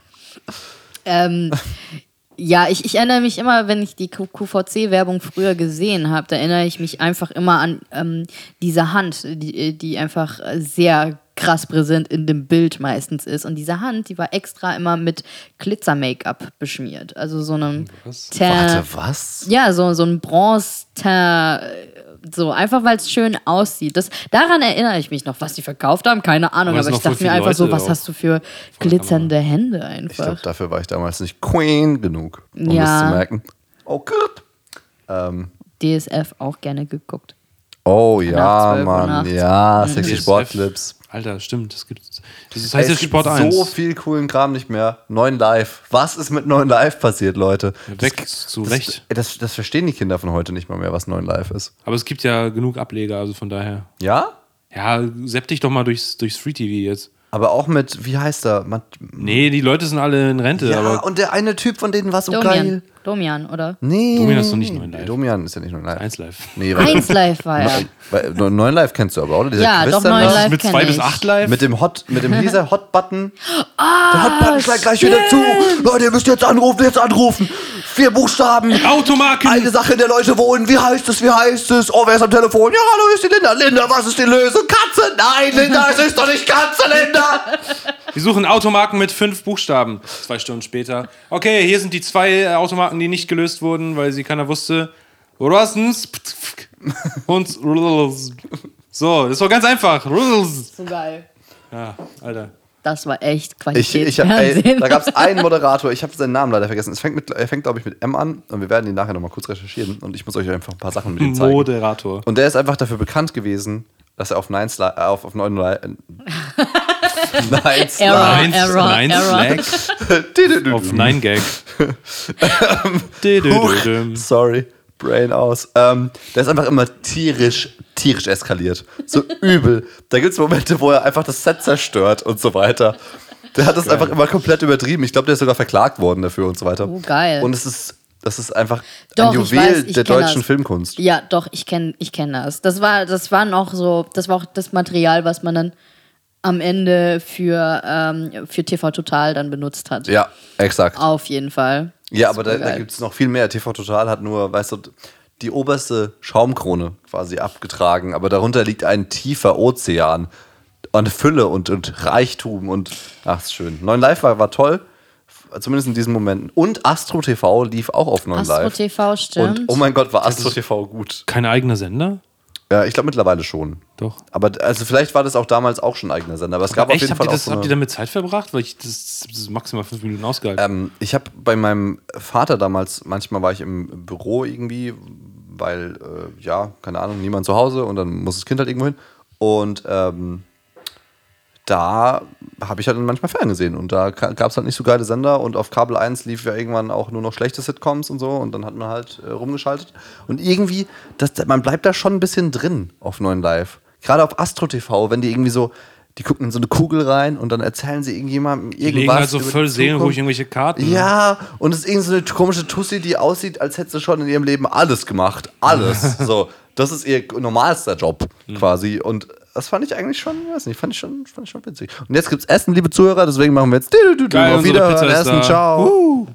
Ähm, ja, ich, ich erinnere mich immer, wenn ich die QVC-Werbung früher gesehen habe, da erinnere ich mich einfach immer an ähm, diese Hand, die, äh, die einfach sehr krass präsent in dem Bild meistens ist. Und diese Hand, die war extra immer mit Glitzer-Make-up beschmiert. Also so einem Was? Tan. Warte, was? Ja, so, so ein Bronze-Tan. So, einfach weil es schön aussieht. Das, daran erinnere ich mich noch, was die verkauft haben, keine Ahnung, Aber es aber sind ich auch voll dachte mir viele einfach so, Leute was auch hast du für der glitzernde Hände einfach. Ich glaube, dafür war ich damals nicht Queen genug, um das Ja. zu merken. Oh Gott. Ähm, DSF auch gerne geguckt. oh Nach ja, 12 Uhr Mann. nachts. Mhm. Ja, sexy DSF. Sportclips. Alter, stimmt, das gibt's. Das heißt jetzt es gibt Sport 1. so viel coolen Kram nicht mehr. 9 Live. Was ist mit 9 Live passiert, Leute? Weg das, zu das, Recht. Das, das verstehen die Kinder von heute nicht mal mehr, was 9 Live ist. Aber es gibt ja genug Ableger, also von daher. Ja? Ja, sepp dich doch mal durchs, durchs Free TV jetzt. Aber auch mit, wie heißt er? Man, Nee, die Leute sind alle in Rente, ja, aber und der eine Typ von denen war so Oh, geil. Domian, Domian, oder? Nee. Domian ist doch nicht nee, 9 nee, Live. Domian ist ja nicht 9 Live. 1 live. Nee, warte. Eins live war er. Nein, weil- 9 Live kennst du aber, oder? Dieser Ja, doch, 9 Quiz-Sender. Live Ah, mit kenn 2 bis ich. 8 live? Mit dem Hot, mit dem Lisa Hot Button. der Hot Button schlägt gleich wieder zu. Leute, ihr müsst jetzt anrufen, jetzt anrufen. Vier Buchstaben. Automarken! Eine Sache, in der Leute wohnen. Wie heißt es? Wie heißt es? Oh, wer ist am Telefon? Ja, hallo, hier ist die Linda. Linda, was ist die Lösung? Katze? Nein, Linda, es ist doch nicht Katze, Linda. Wir suchen Automarken mit fünf Buchstaben. Zwei Stunden später. Okay, hier sind die zwei äh, Automarken, die nicht gelöst wurden, weil sie keiner wusste. Rossens und Ruddels. So, das war ganz einfach. Ruddels. So geil. Ja, Alter. Das war Ich, echt ich, Qualitätsfernsehen. ey, da gab es einen Moderator, ich habe seinen Namen leider vergessen. Es fängt, mit, er fängt glaube ich, mit M an und wir werden ihn nachher nochmal kurz recherchieren und ich muss euch einfach ein paar Sachen mit ihm zeigen. Moderator. Und der ist einfach dafür bekannt gewesen, dass er auf 9 Sli äh, auf, auf 9 Li Nein, Error, Neins- Ah, error, Neins error. Slack Sli- [laughs] auf Nein Gag. Ähm, Huch, sorry, Brain aus. Ähm, der ist einfach immer tierisch, tierisch eskaliert. [laughs] So übel. Da gibt es Momente, wo er einfach das Set zerstört und so weiter. Der hat das einfach immer komplett übertrieben. Ich glaube, der ist sogar verklagt worden dafür und so weiter. Oh, geil. Und es ist, das ist einfach Doch, ein ich Juwel weiß, ich der kenn deutschen das. Filmkunst. Ja, doch, ich kenne ich kenn das. Das war, das waren auch so, das war auch das Material, was man dann am Ende für, ähm, für TV Total dann benutzt hat. Ja, exakt. Auf jeden Fall. Ja, aber da, Supergeil. da gibt es noch viel mehr. TV Total hat nur, weißt du, die oberste Schaumkrone quasi abgetragen, aber darunter liegt ein tiefer Ozean an Fülle und, und Reichtum und ach, ist schön. 9 Live war, war toll, f- zumindest in diesen Momenten. Und Astro TV lief auch auf 9 Astro Live. TV stimmt. Und oh mein Gott, war Astro TV gut. Kein eigener Sender? Ja, ich glaube mittlerweile schon. Doch. Aber d- also vielleicht war das auch damals auch schon ein eigener Sender, aber es gab auf Echt? jeden Habt ihr, Fall auch das, so habt ihr eine, damit Zeit verbracht? Weil ich das, das ist maximal fünf Minuten ausgehalten. ähm, Ich habe bei meinem Vater damals, manchmal war ich im Büro irgendwie, weil, äh, ja, keine Ahnung, niemand zu Hause und dann muss das Kind halt irgendwo hin. Und ähm, da habe ich halt manchmal Fernsehen gesehen und da gab es halt nicht so geile Sender und auf Kabel 1 lief ja irgendwann auch nur noch schlechte Sitcoms und so und dann hat man halt äh, rumgeschaltet. Und irgendwie, das, man bleibt da schon ein bisschen drin auf neuen Live. Gerade auf Astro TV, wenn die irgendwie so, die gucken in so eine Kugel rein und dann erzählen sie irgendjemandem irgendwas. legen halt so über die voll seelenruhig Zukunft. irgendwelche Karten. Ja, und es ist irgend so eine komische Tussi, die aussieht, als hätte sie schon in ihrem Leben alles gemacht. [laughs] Alles. so, das ist ihr normalster Job Mhm. quasi. Und das fand ich eigentlich schon, weiß nicht, fand ich schon, fand ich schon witzig. Und jetzt gibt's Essen, liebe Zuhörer, deswegen machen wir jetzt Geil, auf unsere Wiederhören, Pizza ist Essen, da. ciao.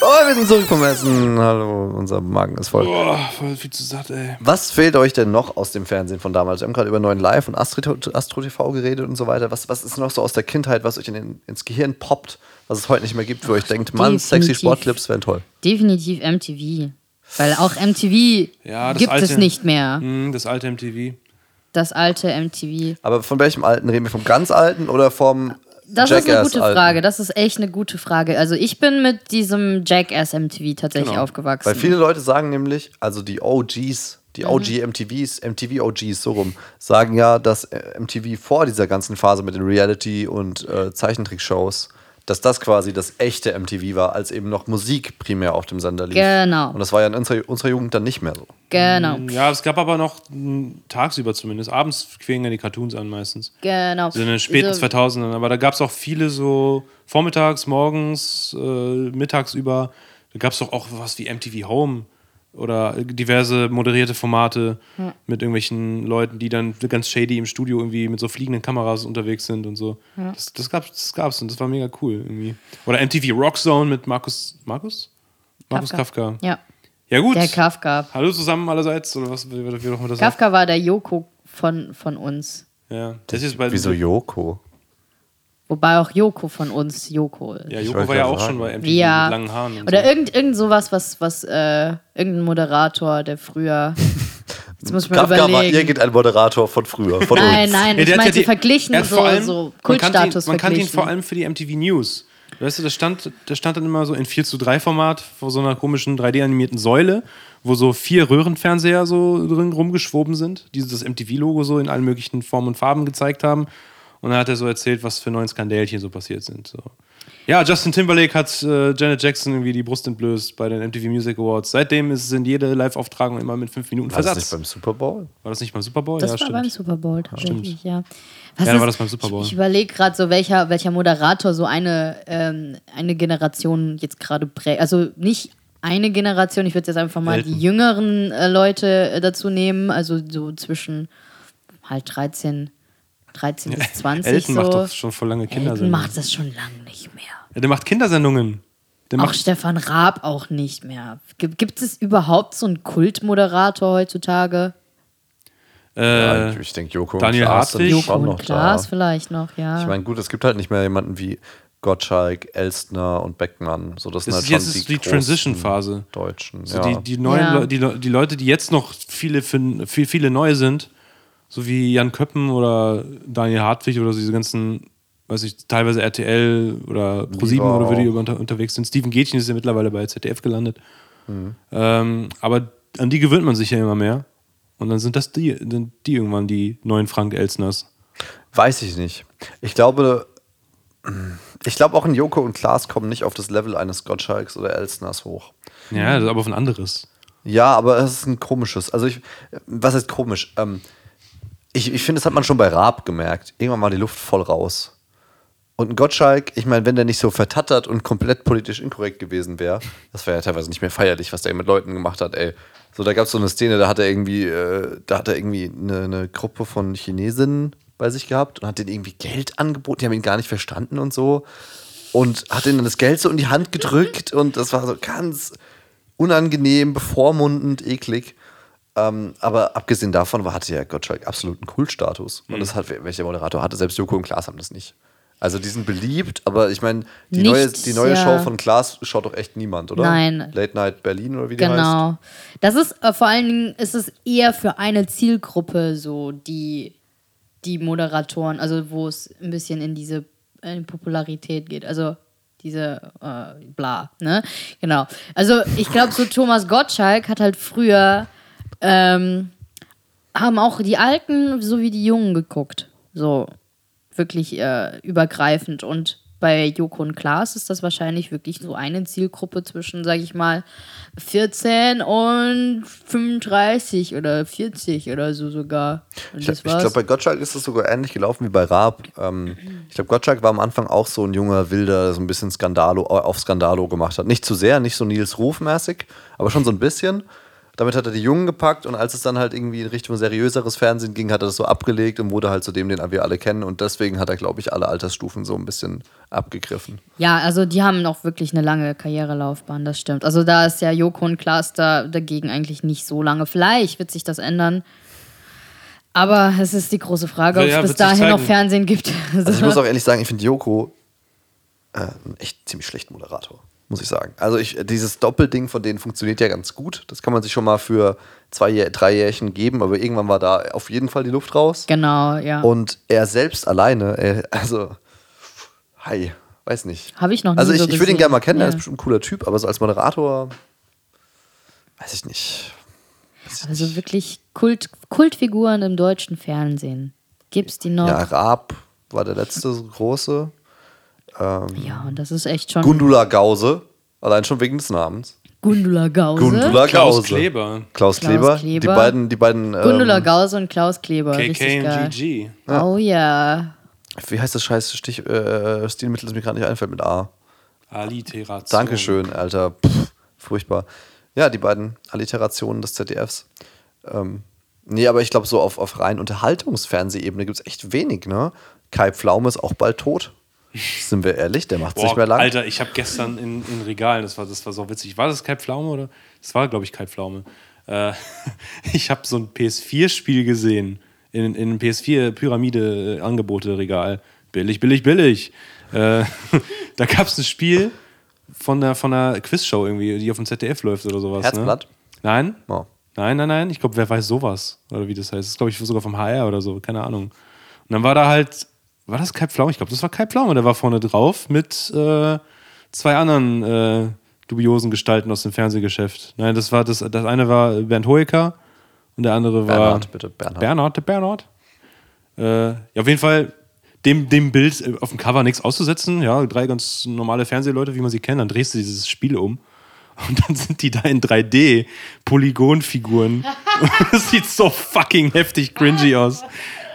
Oh, wir sind zurück vom Essen. Hallo, unser Magen ist voll. Boah, voll viel zu satt, ey. Was fehlt euch denn noch aus dem Fernsehen von damals? Wir haben gerade über neuen Live und Astro, Astro TV geredet und so weiter. Was, was ist noch so aus der Kindheit, was euch in den, ins Gehirn poppt, was es heute nicht mehr gibt, wo ihr euch denkt, Mann, sexy definitiv. Sportclips wären toll. Definitiv MTV. Weil auch MTV Ja, das gibt alte- es nicht mehr. Hm, das alte MTV. Das alte MTV. Aber von welchem alten reden wir? Vom ganz alten oder vom Das ist eine gute Jackass-alten? Frage. Das ist echt eine gute Frage. Also ich bin mit diesem Jackass MTV tatsächlich Genau. aufgewachsen. Weil viele Leute sagen nämlich, also die OGs, die Mhm. OG-MTVs, MTV-OGs, so rum, sagen ja, dass äh, MTV vor dieser ganzen Phase mit den Reality- und äh, Zeichentrickshows, dass das quasi das echte MTV war, als eben noch Musik primär auf dem Sender lief. Genau. Und das war ja in unserer, unserer Jugend dann nicht mehr so. genau. Hm, Ja, es gab aber noch m, tagsüber zumindest. Abends quingen ja die Cartoons an meistens. Genau. So in den späten So- 2000ern. Aber da gab es auch viele so vormittags, morgens, äh, mittags über. Da gab es doch auch was wie MTV Home oder diverse moderierte Formate mit irgendwelchen Leuten, die dann ganz shady im Studio irgendwie mit so fliegenden Kameras unterwegs sind und so. Das, das gab es das gab's und das war mega cool irgendwie. Oder MTV Rockzone mit Markus. Markus? Markus Kafka. Ja. Ja, gut. Der Kafka. Hallo zusammen allerseits oder was wie, wie, wie auch immer das Kafka war der Joko von, von uns. Also heißt. Ja. Das ist bei Wieso Joko? Wobei auch Joko von uns Joko ist. Ja, Ich Joko wollte war ja gerade auch sagen. schon bei MTV Ja. mit langen Haaren. Und Oder so. irgend, irgend sowas, was, was äh, irgendein Moderator, [laughs] der früher. Jetzt muss ich mal Kafka war überlegen. irgendein Moderator von früher, von Nein, uns. nein, Ja, ich der hat meinte ja die- verglichen, er hat so, vor allem- so man kannte ihn- Kultstatus Man kannte ihn verglichen. vor allem für die MTV News. Weißt du, das stand, das stand dann immer so in 4 zu 3 Format vor so einer komischen 3D-animierten Säule, wo so vier Röhrenfernseher so drin rumgeschwoben sind, die das MTV-Logo so in allen möglichen Formen und Farben gezeigt haben. Und dann hat er so erzählt, was für neuen Skandälchen so passiert sind. So. Ja, Justin Timberlake hat äh, Janet Jackson irgendwie die Brust entblößt bei den MTV Music Awards. Seitdem ist es in jede Live-Auftragung immer mit 5 Minuten War das nicht Versatz. beim Super Bowl? war das nicht beim Super Bowl? Oh Das ja, war stimmt. beim Super Bowl tatsächlich, ja. Was Ja, da war das beim Super Bowl. Ich, ich überlege gerade so, welcher, welcher Moderator so eine, ähm, eine Generation jetzt gerade prägt. Also nicht eine Generation, ich würde jetzt einfach mal Selten. die jüngeren äh, Leute äh, dazu nehmen, also so zwischen halt 13, 13 bis 20 Elton so. macht doch schon vor lange Elton Kindersendungen. macht das schon lange nicht mehr. Ja, der macht Kindersendungen. Der Auch macht, Stefan Raab auch nicht mehr. Gibt gibt es überhaupt so einen Kultmoderator heutzutage? äh, ich denke, Joko Daniel Klaas sind Hartwig. schon Joko Und noch Klaas da. vielleicht noch, ja. Ah. Ich meine, gut, es gibt halt nicht mehr jemanden wie Gottschalk, Elstner und Beckmann. So, das sind das halt ist schon jetzt ist die großen Transition-Phase. Deutschen. So ja. die, die, neuen Ja. Leu- die, Le- die Leute, die jetzt noch viele, fin- viel, viele neu sind, so wie Jan Köppen oder Daniel Hartwig oder so diese ganzen, weiß ich, teilweise RTL oder ProSieben Viva oder wie die auch. unter, unterwegs sind. Steven Gätchen ist ja mittlerweile bei ZDF gelandet. Mhm. Ähm, aber an die gewöhnt man sich ja immer mehr. Und dann sind das die, sind die irgendwann die neuen Frank Elsners. Weiß ich nicht. Ich glaube, ich glaube auch ein Joko und Klaas kommen nicht auf das Level eines Gottschalks oder Elstners hoch. Ja, das ist aber von anderes. Ja, aber es ist ein komisches. Also ich, was heißt komisch? Ähm, ich ich finde, das hat man schon bei Raab gemerkt. Irgendwann war die Luft voll raus. Und ein Gottschalk, ich meine, wenn der nicht so vertattert und komplett politisch inkorrekt gewesen wäre, das war ja teilweise nicht mehr feierlich, was der mit Leuten gemacht hat, ey. So, da gab es so eine Szene, da hat er irgendwie, äh, da hat er irgendwie eine, eine Gruppe von Chinesinnen bei sich gehabt und hat denen irgendwie Geld angeboten, die haben ihn gar nicht verstanden und so. Und hat ihnen dann das Geld so in die Hand gedrückt und das war so ganz unangenehm, bevormundend, eklig. Ähm, aber abgesehen davon war, hatte ja Gottschalk absoluten Kultstatus. Und das hat, welcher Moderator hatte, selbst Joko und Klaas haben das nicht. Also die sind beliebt, aber ich meine, die Nichts, neue, die neue ja. Show von Klaas schaut doch echt niemand, oder? Nein. Late Night Berlin oder wie die heißt. Genau. Das ist äh, vor allen Dingen ist es eher für eine Zielgruppe so, die die Moderatoren, also wo es ein bisschen in diese äh, Popularität geht. Also diese äh, bla, ne? Genau. Also ich glaube, so Thomas Gottschalk hat halt früher ähm, haben auch die Alten sowie die Jungen geguckt. So wirklich äh, übergreifend. Und bei Joko und Klaas ist das wahrscheinlich wirklich so eine Zielgruppe zwischen, sag ich mal, 14 und 35 oder 40 oder so sogar. Und Ich, das ich war's. glaube, bei Gottschalk ist es sogar ähnlich gelaufen wie bei Raab. Ähm, ich glaube, Gottschalk war am Anfang auch so ein junger Wilder, der so ein bisschen Skandalo, äh, auf Skandalo gemacht hat. Nicht zu sehr, nicht so Nils Ruf-mäßig, aber schon so ein bisschen. Damit hat er die Jungen gepackt und als es dann halt irgendwie in Richtung seriöseres Fernsehen ging, hat er das so abgelegt und wurde halt zu dem, den wir alle kennen. Und deswegen hat er, glaube ich, alle Altersstufen so ein bisschen abgegriffen. ja, also die haben auch wirklich eine lange Karrierelaufbahn, das stimmt. Also da ist ja Joko und Klaas da, dagegen eigentlich nicht so lange. Vielleicht wird sich das ändern. Aber es ist die große Frage, ob Ja, ja, es bis wird sich dahin noch zeigen. Fernsehen gibt. [laughs] Also ich muss auch ehrlich sagen, ich finde Joko äh, einen echt ziemlich schlechten Moderator, muss ich sagen. Also ich, dieses Doppelding von denen funktioniert ja ganz gut. Das kann man sich schon mal für zwei, Jä- drei Jährchen geben, aber irgendwann war da auf jeden Fall die Luft raus. genau, ja. Und er selbst alleine, äh, also, hi, weiß nicht. Hab ich noch nie Also ich, so ich würde ihn gesehen. gerne mal kennen, er Ja. ist bestimmt ein cooler Typ, aber so als Moderator, weiß ich nicht. Also wirklich Kult, Kultfiguren im deutschen Fernsehen. Gibt's die noch? Ja, Ja, Mhm. Raab war der letzte große. ähm, und das ist echt schon Gundula Gause, allein schon wegen des Namens. Gundula Gause. Gundula Klaus Gause. Kleber. Klaus Klaus Kleber. Kleber. Die beiden, die beiden. Gundula Ähm, Gause und Klaus Kleber. KK Richtig und geil. GG. Oh ja. wie heißt das scheiß Stich, äh, Stilmittel, das mir gerade nicht einfällt mit A? Alliteration. Dankeschön, Alter. Pff, furchtbar. Ja, die beiden Alliterationen des ZDFs. Ähm, nee, aber ich glaube, so auf, auf rein Unterhaltungsfernsehebene gibt es echt wenig, ne? Kai Pflaume ist auch bald tot. Sind wir ehrlich, der macht es Boah, nicht mehr lang. Alter, ich habe gestern in, in Regalen, das war, das war so witzig. War das Kai Pflaume oder? Das war, glaube ich, Kai Pflaume. Äh, [laughs] ich habe so ein PS4-Spiel gesehen in, in einem PS4-Pyramide-Angebote-Regal. billig, billig, billig. Äh, [laughs] da gab es ein Spiel von der, von der Quizshow irgendwie, die auf dem ZDF läuft oder sowas. Herzblatt? Ne? Nein? Oh. Nein, nein, nein. Ich glaube, wer weiß sowas oder wie das heißt. Das ist, glaube ich, sogar vom HR oder so, keine Ahnung. Und dann war da halt, war das Kai Pflaume? Ich glaube, das war Kai Pflaume, der war vorne drauf mit äh, zwei anderen äh, dubiosen Gestalten aus dem Fernsehgeschäft. Nein, das war das, das eine war Bernd Hoeker und der andere war. Bernhard, bitte, Bernhard. Bernhard, der Bernhard. Äh, ja, auf jeden Fall dem, dem Bild äh, auf dem Cover nichts auszusetzen. Ja, drei ganz normale Fernsehleute, wie man sie kennt. Dann drehst du dieses Spiel um. Und dann sind die da in 3D-Polygonfiguren. Und [laughs] Das sieht so fucking heftig cringy aus.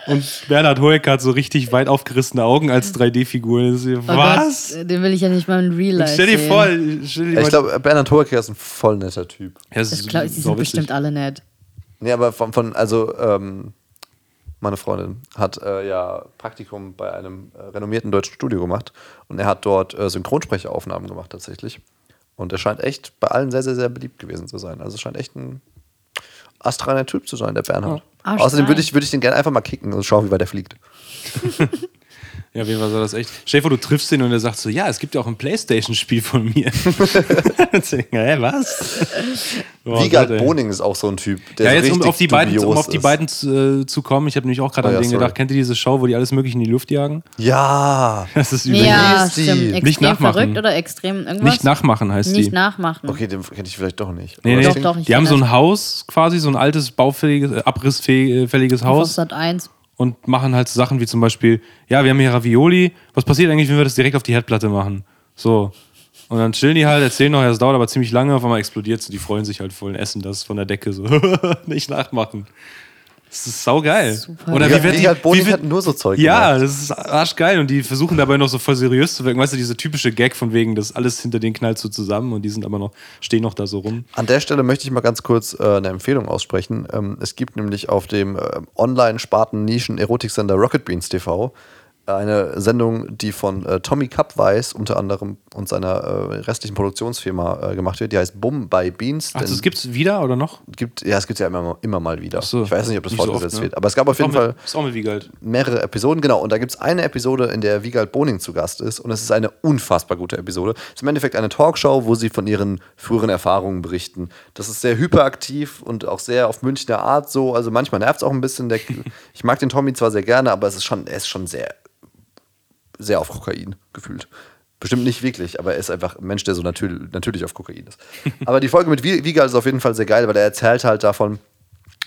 Und Bernhard Hoeker hat so richtig weit aufgerissene Augen als 3D-Figuren. Das ist- Oh Was? Gott, den will ich ja nicht mal in Real Life. Stell dir sehen. vor, stell dir Ich mal- glaube, Bernhard Hoeker ist ein voll netter Typ. Ja, das Das ist glaub, sie sind sauwitzig. bestimmt alle nett. Nee, aber von, von also, ähm, meine Freundin hat äh, ja Praktikum bei einem äh, renommierten deutschen Studio gemacht und er hat dort äh, Synchronsprecheraufnahmen gemacht tatsächlich. Und er scheint echt bei allen sehr, sehr, sehr beliebt gewesen zu sein. Also es scheint echt ein astraler Typ zu sein, der Bernhard. Ah, Außerdem stark. würde ich, würde ich den gerne einfach mal kicken und schauen, wie weit er fliegt. Ja, auf jeden Fall soll das echt. Stell dir vor, du triffst ihn und er sagt so: Ja, es gibt ja auch ein Playstation-Spiel von [laughs] mir. Denkst du, Hä, was? Boah, Wiegald Gott, ey. Boning ist auch so ein Typ, der Ja, so jetzt, um richtig auf die beiden, zu- um dubios auf die ist. beiden zu, äh, zu kommen, ich habe nämlich auch gerade Oh an ja, den sorry. gedacht: Kennt ihr diese Show, wo die alles Mögliche in die Luft [laughs] jagen? Ja! Das ist übel. Ja, Easy. stimmt. Nicht Extrem nachmachen. verrückt oder extrem irgendwas? Nicht nachmachen heißt Nicht die. nachmachen. Okay, den kenne ich vielleicht doch nicht. Nee, nee. Doch, doch, ich die haben kenn so das. ein Haus quasi, so ein altes, baufälliges, äh, abrissfälliges Haus. Sat [laughs] 1. und machen halt so Sachen wie zum Beispiel, ja, wir haben hier Ravioli, was passiert eigentlich, wenn wir das direkt auf die Herdplatte machen? So. Und dann chillen die halt, erzählen noch, ja, es dauert aber ziemlich lange, auf einmal explodiert und die freuen sich halt voll und essen das von der Decke so. [laughs] Nicht nachmachen. Das ist saugeil. Super. Oder Wiegald- wie wird die, Wiegald Boning wie wird, hat nur so Zeug ja, gemacht. das ist arschgeil und die versuchen dabei noch so voll seriös zu wirken. Weißt du, diese typische Gag von wegen, dass alles hinter denen knallt so zusammen und die sind aber noch, stehen noch da so rum. An der Stelle möchte ich mal ganz kurz äh, eine Empfehlung aussprechen. Ähm, es gibt nämlich auf dem äh, Online-Sparten-Nischen-Erotiksender Rocket Beans TV eine Sendung, die von äh, Tommy Cupweiss unter anderem und seiner äh, restlichen Produktionsfirma äh, gemacht wird. Die heißt Bum by Beans. Ach, denn das gibt's wieder oder noch? gibt, ja, es gibt ja immer, immer mal wieder. So, ich weiß nicht, ob das so fortgesetzt oft, ne? wird. Aber es gab auf Ist jeden auch mit- Fall Ist auch mit Wiegald. mehrere Episoden, genau. Und da gibt es eine Episode, in der Wiegald Boning zu Gast ist. Und es ist eine unfassbar gute Episode. Es ist im Endeffekt eine Talkshow, wo sie von ihren früheren Erfahrungen berichten. Das ist sehr hyperaktiv und auch sehr auf Münchner Art so. Also manchmal nervt es auch ein bisschen. Der, ich mag den Tommy zwar sehr gerne, aber es ist schon, er ist schon sehr, sehr auf Kokain gefühlt. Bestimmt nicht wirklich, aber er ist einfach ein Mensch, der so natür natürlich auf Kokain ist. Aber die Folge mit Wie- Wiegald ist auf jeden Fall sehr geil, weil er erzählt halt davon,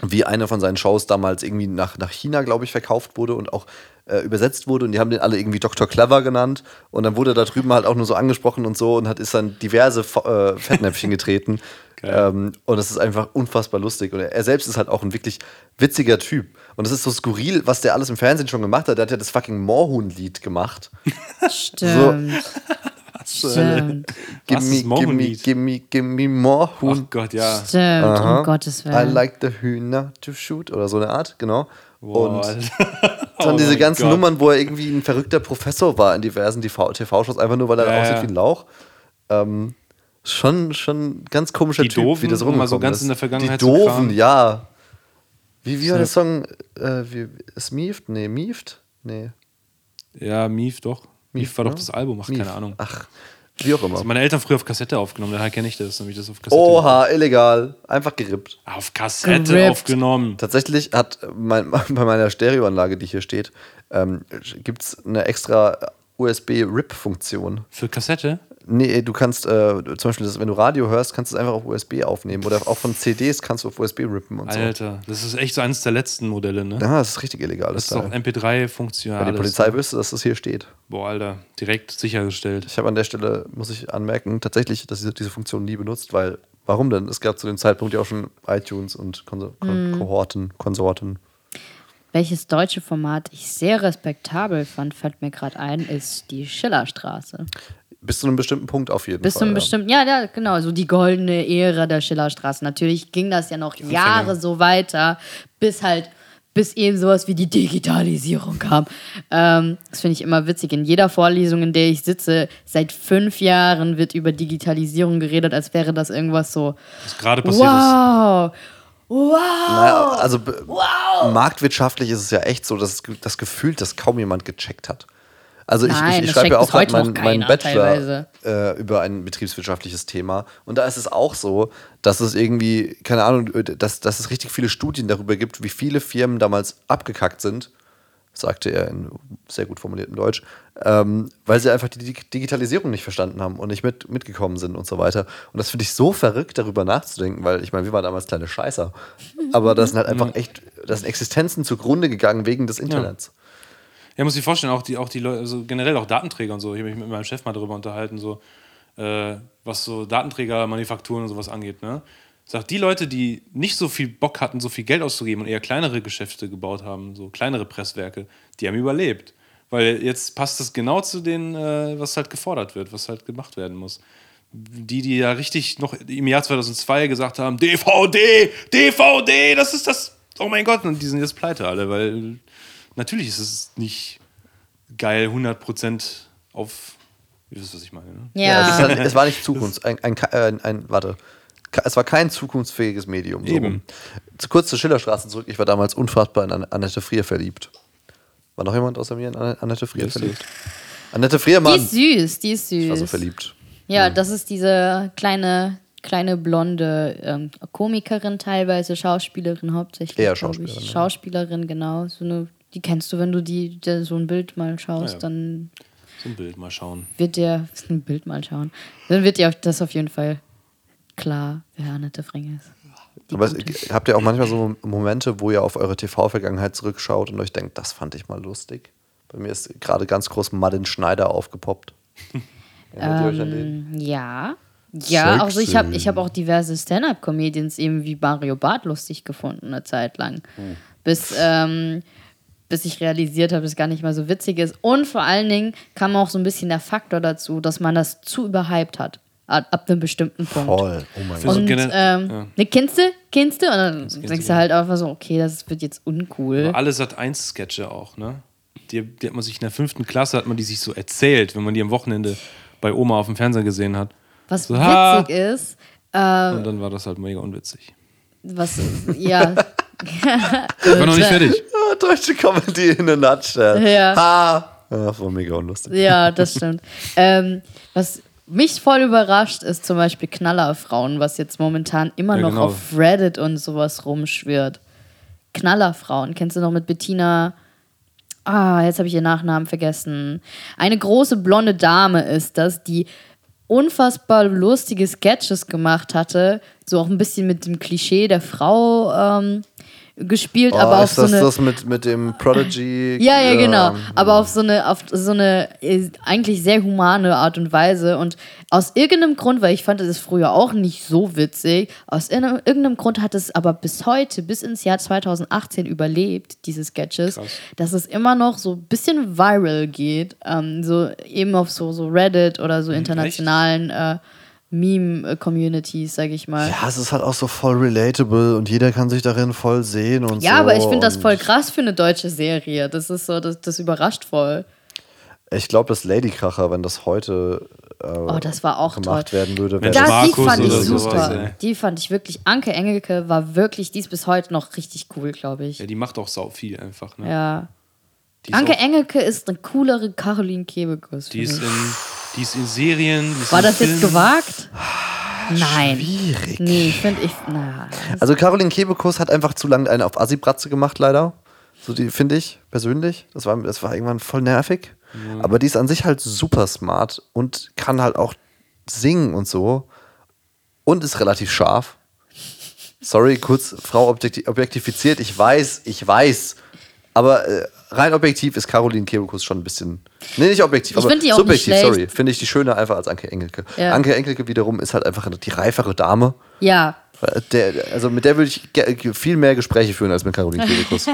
wie eine von seinen Shows damals irgendwie nach, nach China, glaube ich, verkauft wurde und auch äh, übersetzt wurde. Und die haben den alle irgendwie Dr. Clever genannt. Und dann wurde da drüben halt auch nur so angesprochen und so und hat ist dann diverse Fo- äh, Fettnäpfchen getreten. ähm, und das ist einfach unfassbar lustig. Und er, er selbst ist halt auch ein wirklich witziger Typ. Und es ist so skurril, was der alles im Fernsehen schon gemacht hat. Der hat ja das fucking Moorhuhn-Lied gemacht. Stimmt. [laughs] Stimmt. Give Was me, ist give me, Moorhuhn-Lied? give me, give me Moorhuhn. Ach Gott, ja. Stimmt. Um Gottes I Willen. like the Hühner to shoot oder so eine Art, genau. Boah, und Alter. Dann Oh diese mein ganzen Gott. Nummern, wo er irgendwie ein verrückter Professor war in diversen TV-Shows, einfach nur weil er Ja, aussieht ja. wie ein Lauch. Ähm, schon, schon ein ganz komischer Die Typ, wie Doofen, das um mal rumgekommen so ganz ist. in der Vergangenheit Die zu Doofen, kramen. ja. Wie, wie war der Song? Äh, wie, es mieft? Nee, mieft? Nee. Ja, Mief doch. Mief, war ne? doch das Album, ach, Mief. keine Ahnung. Ach, wie auch immer. Das haben meine Eltern früher auf Kassette aufgenommen, daher kenne ich das, nämlich das auf Kassette. Oha, illegal. Einfach gerippt. Auf Kassette Gerippt. aufgenommen. Tatsächlich hat mein, [laughs] bei meiner Stereoanlage, die hier steht, ähm, gibt es eine extra USB-RIP-Funktion. Für Kassette? Nee, du kannst äh, zum Beispiel, das, wenn du Radio hörst, kannst du es einfach auf USB aufnehmen. Oder auch von CDs kannst du auf USB rippen und so. Alter, das ist echt so eines der letzten Modelle, ne? Ja, das ist richtig illegal. Das ist Teil. doch Wenn die MP3-funktional. Polizei wüsste, dass das hier steht. Boah, Alter, direkt sichergestellt. Ich habe an der Stelle, muss ich anmerken, tatsächlich, dass diese, diese Funktion nie benutzt, weil warum denn? Es gab zu dem Zeitpunkt ja auch schon iTunes und Konso Kon Kohorten, Konsorten. Welches deutsche Format ich sehr respektabel fand, fällt mir gerade ein, ist die Schillerstraße. Bis zu einem bestimmten Punkt auf jeden Bis Fall. zum ja. bestimmten, ja, ja, genau, so die goldene Ära der Schillerstraße. Natürlich ging das ja noch Jahre so weiter, bis halt, bis eben sowas wie die Digitalisierung kam. Ähm, das finde ich immer witzig. In jeder Vorlesung, in der ich sitze, seit fünf Jahren wird über Digitalisierung geredet, als wäre das irgendwas so. Was gerade passiert Wow! Wow! Naja, also be- marktwirtschaftlich ist es ja echt so, dass es ge- das Gefühl, dass kaum jemand gecheckt hat. Also ich, Nein, ich, ich das schreibe checkt ja auch bis heute gerade meinen mein noch keiner Bachelor teilweise. äh, über ein betriebswirtschaftliches Thema. Und da ist es auch so, dass es irgendwie, keine Ahnung, dass, dass es richtig viele Studien darüber gibt, wie viele Firmen damals abgekackt sind, sagte er in sehr gut formuliertem Deutsch, ähm, weil sie einfach die Dig- Digitalisierung nicht verstanden haben und nicht mit, mitgekommen sind und so weiter. Und das finde ich so verrückt, darüber nachzudenken, weil ich meine, wir waren damals kleine Scheißer. Aber das sind halt einfach echt, das sind Existenzen zugrunde gegangen wegen des Internets. Ja, muss ich vorstellen, auch die, auch die Leute, also generell auch Datenträger und so. Ich habe mich mit meinem Chef mal darüber unterhalten, so, äh, was so Datenträgermanufakturen und sowas angeht. Ne? Sagt, die Leute, die nicht so viel Bock hatten, so viel Geld auszugeben und eher kleinere Geschäfte gebaut haben, so kleinere Presswerke, die haben überlebt. Weil jetzt passt das genau zu denen, äh, was halt gefordert wird, was halt gemacht werden muss. Die, die ja richtig noch im Jahr 2002 gesagt haben, DVD, DVD, das ist das, oh mein Gott, und die sind jetzt pleite alle, weil natürlich ist es nicht geil 100% auf, ihr wisst, was ich meine. Ne? Ja. Ja. es, ist halt, es war nicht Zukunft. Ein, ein, ein, ein, warte. Ka- Es war kein zukunftsfähiges Medium. So. Eben. rum. Zu kurz zur Schillerstraße zurück. Ich war damals unfassbar in An- Annette Frier verliebt. War noch jemand außer mir in An- Annette Frier Grüß verliebt? Annette Frier, Die Mann. ist süß, die ist süß. Ich war so verliebt. Ja, das ist diese kleine, kleine blonde ähm, Komikerin teilweise, Schauspielerin hauptsächlich. Eher glaub ich. Schauspielerin, ja. Schauspielerin, genau. So eine, die kennst du, wenn du die, dir so ein Bild mal schaust, Ah, ja. dann So ein Bild mal schauen. wird dir [laughs] ein Bild mal schauen. Dann wird dir auf- das auf jeden Fall klar, wer Annette Fring ist. Aber es- habt ihr auch manchmal so Momente, wo ihr auf eure TV-Vergangenheit zurückschaut und euch denkt, das fand ich mal lustig? Bei mir ist gerade ganz groß Madden Schneider [laughs] aufgepoppt. Erinnert ihr euch an den? Ähm, ja. Ja, also ich habe Sexy. ich hab auch diverse Stand-Up-Comedians eben wie Mario Barth lustig gefunden eine Zeit lang. Hm. Bis, ähm, bis ich realisiert habe, dass es gar nicht mal so witzig ist. Und vor allen Dingen kam auch so ein bisschen der Faktor dazu, dass man das zu überhyped hat. Ab, ab einem bestimmten Punkt. Voll. Oh mein Gott. so Ähm, Und gener- ähm, ja. ne, kennst du? Kennst du? Und dann denkst du, du halt einfach so, okay, das wird jetzt uncool. Aber alle Sat1-Sketche auch, ne? Die, die hat man sich in der fünften Klasse, hat man die sich so erzählt, wenn man die am Wochenende bei Oma auf dem Fernseher gesehen hat. Was so, ha! witzig ist, äh, Und dann war das halt mega unwitzig. was, ja. [laughs] Ich war noch nicht fertig. Ah, deutsche Comedy in a nutshell. Ja. Ha. Ja, das war mega unlustig. Ja, das stimmt. ähm, was mich voll überrascht, ist zum Beispiel Knallerfrauen, was jetzt momentan immer Ja, noch genau. auf Reddit und sowas rumschwirrt. Knallerfrauen, kennst du noch mit Bettina? Ah, jetzt habe ich ihren Nachnamen vergessen. Eine große blonde Dame ist das, die unfassbar lustige Sketches gemacht hatte, so auch ein bisschen mit dem Klischee der Frau ähm, gespielt, Oh, aber auch ist so das eine das mit, mit dem Prodigy? [laughs] ja, ja, genau. ähm, Aber auf so eine, auf so eine äh, eigentlich sehr humane Art und Weise. Und aus irgendeinem Grund, weil ich fand das früher auch nicht so witzig, aus irne- irgendeinem Grund hat es aber bis heute, bis ins Jahr 2018 überlebt, diese Sketches, dass es immer noch so ein bisschen viral geht. Ähm, so eben auf so, so Reddit oder Hm, so internationalen äh, Meme-Communities, sage ich mal. Ja, es ist halt auch so voll relatable und jeder kann sich darin voll sehen und so. Ja, aber ich finde das und voll krass für eine deutsche Serie. Das ist so, das, das überrascht voll. Ich glaube, das Ladykracher, wenn das heute äh, Oh, das war auch gemacht toll. werden würde, wäre Mensch, Das, die Markus fand ich oder super. sowas, ey. die fand ich wirklich. Anke Engelke war wirklich, die ist bis heute noch richtig cool, glaube ich. Ja, die macht auch sau viel einfach, ne? Ja. Die ist Anke auch, Engelke ist eine coolere Caroline Kebekus. die für ist mich. in, die ist in Serien. Die ist war in Ah, das jetzt Filmen. gewagt? Nein. schwierig. Nee, ich finde, ich. Na, Also Caroline Kebekus hat einfach zu lange eine auf Assi-Bratze gemacht, leider. So die finde ich persönlich. Das war, das war irgendwann voll nervig. Aber die ist an sich halt super smart und kann halt auch singen und so. Und ist relativ scharf. Sorry, kurz Frau objekti objektifiziert. Ich weiß, ich weiß. Aber äh, rein objektiv ist Caroline Kebekus schon ein bisschen. Nee, nicht objektiv, Ich aber find die auch nicht subjektiv, schlecht. sorry. Finde ich die schöner einfach als Anke Engelke. Ja. Anke Engelke wiederum ist halt einfach die reifere Dame. ja. Der, also mit der würde ich ge- ge- viel mehr Gespräche führen als mit [laughs] Caroline Kebekus. Oh,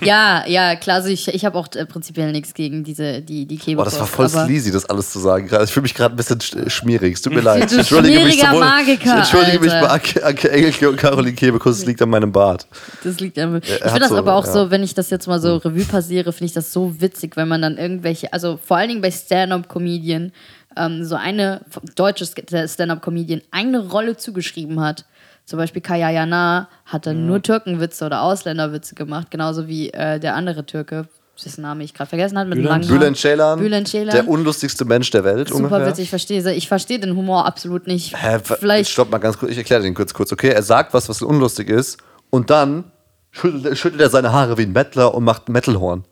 Ja, ja, klar. Also ich, ich habe auch äh, prinzipiell nichts gegen diese, die, die Oh, Boah, Kebekus. das war voll aber- sleazy, das alles zu sagen. Gerade- Ich fühle mich gerade ein bisschen sch- schmierig. Es tut mir leid. Du Ich entschuldige mich, schmieriger sowohl, ich Magiker, entschuldige mich bei Alter. Anke, Anke Engelke und Caroline Kebekus. Es liegt an meinem Bart. Das liegt am. Ich hat finde das so, aber auch ja. Hm. so, wenn ich das jetzt mal so Revue passiere, finde ich das so witzig, wenn man dann irgendwelche, also vor allen Dingen bei Stand-up-Comedian, ähm, so eine f- deutsche Sk- Stand-up-Comedian eine Rolle zugeschrieben hat. Zum Beispiel Kaya Jana hat dann nur Türkenwitze oder Ausländerwitze gemacht, genauso wie äh, der andere Türke. dessen Name ich gerade vergessen habe, mit Bülent? langen Bülent Ceylan, Bülent Ceylan. der unlustigsten Mensch der Welt Super ungefähr. witzig, ich verstehe. Ich verstehe den Humor absolut nicht. Hä, wa- Vielleicht Stopp mal ganz kurz, ich erkläre den kurz kurz. Okay, er sagt was, was unlustig ist und dann schüttelt, schüttelt er seine Haare wie ein Mettler und macht ein Metalhorn.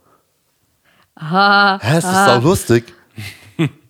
Aha. Hä, ist das aha. sau lustig?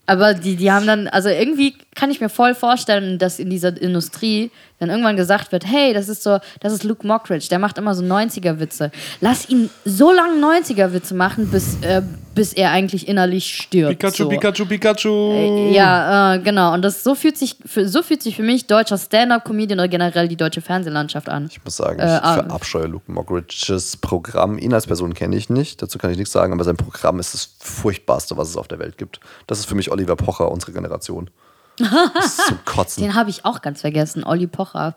Aber die, die haben dann, also irgendwie kann ich mir voll vorstellen, dass in dieser Industrie dann irgendwann gesagt wird, hey, das ist so, das ist Luke Mockridge, der macht immer so 90er-Witze. Lass ihn so lange 90er-Witze machen, bis, äh, bis er eigentlich innerlich stirbt. Pikachu, so. Pikachu, Pikachu. Äh, Ja, äh, genau. Und das so fühlt sich für, so fühlt sich für mich deutscher Stand-up-Comedian oder generell die deutsche Fernsehlandschaft an. Ich muss sagen, Äh, ich ah. verabscheue Luke Mockridges Programm. Ihn als Person kenne ich nicht, dazu kann ich nichts sagen, aber sein Programm ist das furchtbarste, was es auf der Welt gibt. Das ist für mich Oliver Pocher, unsere [laughs] Generation. Das ist zum Kotzen. Den habe ich auch ganz vergessen, Olli Pocher.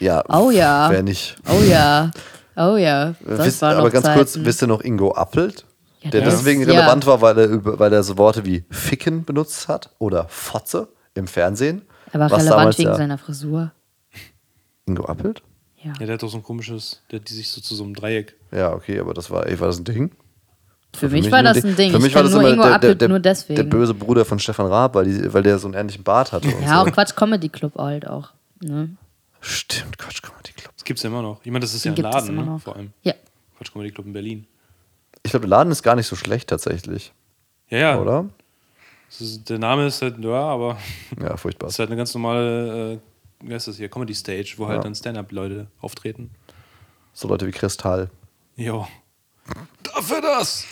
Ja, Oh ja. Wer nicht. Oh ja. Oh ja. Das Wisst- war noch Äh, aber ganz kurz, Zeiten. wisst ihr noch Ingo Appelt? Ja, der das- deswegen ja. relevant war, weil er, über- weil er so Worte wie Ficken benutzt hat oder Fotze im Fernsehen. er war Was relevant damals wegen ja- seiner Frisur. Ingo Appelt? Ja. Ja, der hat doch so ein komisches, der hat die sich so zu so einem Dreieck. Ja, okay, aber das war, ey, war das ein Ding? Für, mich, war das ein Ding. Für mich ich war kenn das nur immer Ingo der, der, Appelt der, nur deswegen. der böse Bruder von Stefan Raab, weil, die, weil der so einen ähnlichen Bart hatte. Und ja, so. auch Quatsch Comedy Club halt auch. Ne? Stimmt, Quatsch Comedy Club. Das gibt's ja immer noch. Ich meine, das ist ja Den ein gibt es Laden, immer ne? noch. vor allem. Ja. Quatsch Comedy Club in Berlin. Ich glaube, der Laden ist gar nicht so schlecht tatsächlich, Ja, ja. oder? Das ist, der Name ist halt, ja, aber Ja, furchtbar. das ist halt eine ganz normale, äh, wie heißt das hier, Comedy Stage, wo halt dann Stand-Up-Leute auftreten. So Leute wie Kristall. Jo. Dafür das!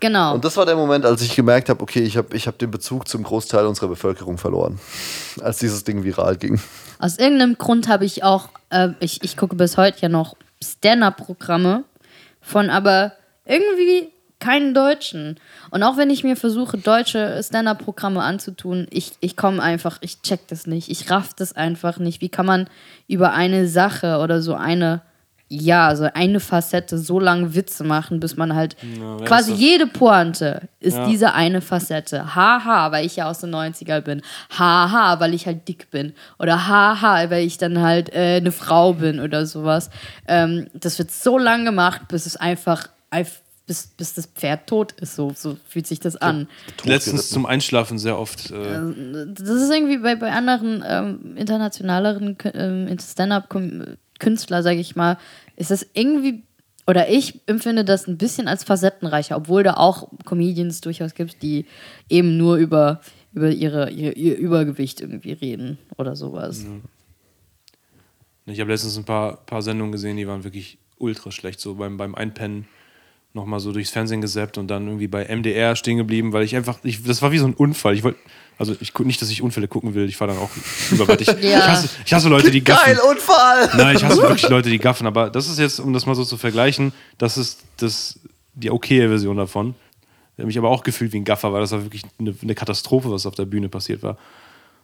Genau. Und das war der Moment, als ich gemerkt habe, okay, ich habe ich hab den Bezug zum Großteil unserer Bevölkerung verloren, [laughs] als dieses Ding viral ging. Aus irgendeinem Grund habe ich auch, äh, ich, ich gucke bis heute ja noch Stand-Up-Programme von aber irgendwie keinen Deutschen. Und auch wenn ich mir versuche, deutsche Stand-Up-Programme anzutun, ich, ich komme einfach, ich check das nicht. Ich raff das einfach nicht. Wie kann man über eine Sache oder so eine, ja, so eine Facette so lange Witze machen, bis man halt Ja, wer quasi ist das? jede Pointe ist Ja. diese eine Facette. Haha, weil ich ja aus den 90er bin. Haha, weil ich halt dick bin. Oder haha, weil ich dann halt äh, eine Frau bin oder sowas. Ähm, das wird so lang gemacht, bis es einfach, einf- bis, bis das Pferd tot ist. So, so fühlt sich das an. Letztens zum Einschlafen sehr oft. Äh, Das ist irgendwie bei, bei anderen ähm, internationaleren Kü- ähm, Stand-up-Künstlern, sage ich mal, ist das irgendwie, oder ich empfinde das ein bisschen als facettenreicher, obwohl da auch Comedians durchaus gibt, die eben nur über, über ihre, ihr, ihr Übergewicht irgendwie reden oder sowas. Ich habe letztens ein paar, paar Sendungen gesehen, die waren wirklich ultra schlecht. So beim, beim Einpennen nochmal so durchs Fernsehen gesäppt und dann irgendwie bei MDR stehen geblieben, weil ich einfach, ich, das war wie so ein Unfall. Ich wollte, also ich guck- nicht, dass ich Unfälle gucken will, ich war dann auch überwältigt. Ich, Ja. ich, hasse, ich hasse Leute, die gaffen. Geil, Unfall! Nein, ich hasse wirklich Leute, die gaffen, aber das ist jetzt, um das mal so zu vergleichen, das ist das, die okaye Version davon. Ich habe mich aber auch gefühlt wie ein Gaffer, weil das war wirklich eine, eine Katastrophe, was auf der Bühne passiert war.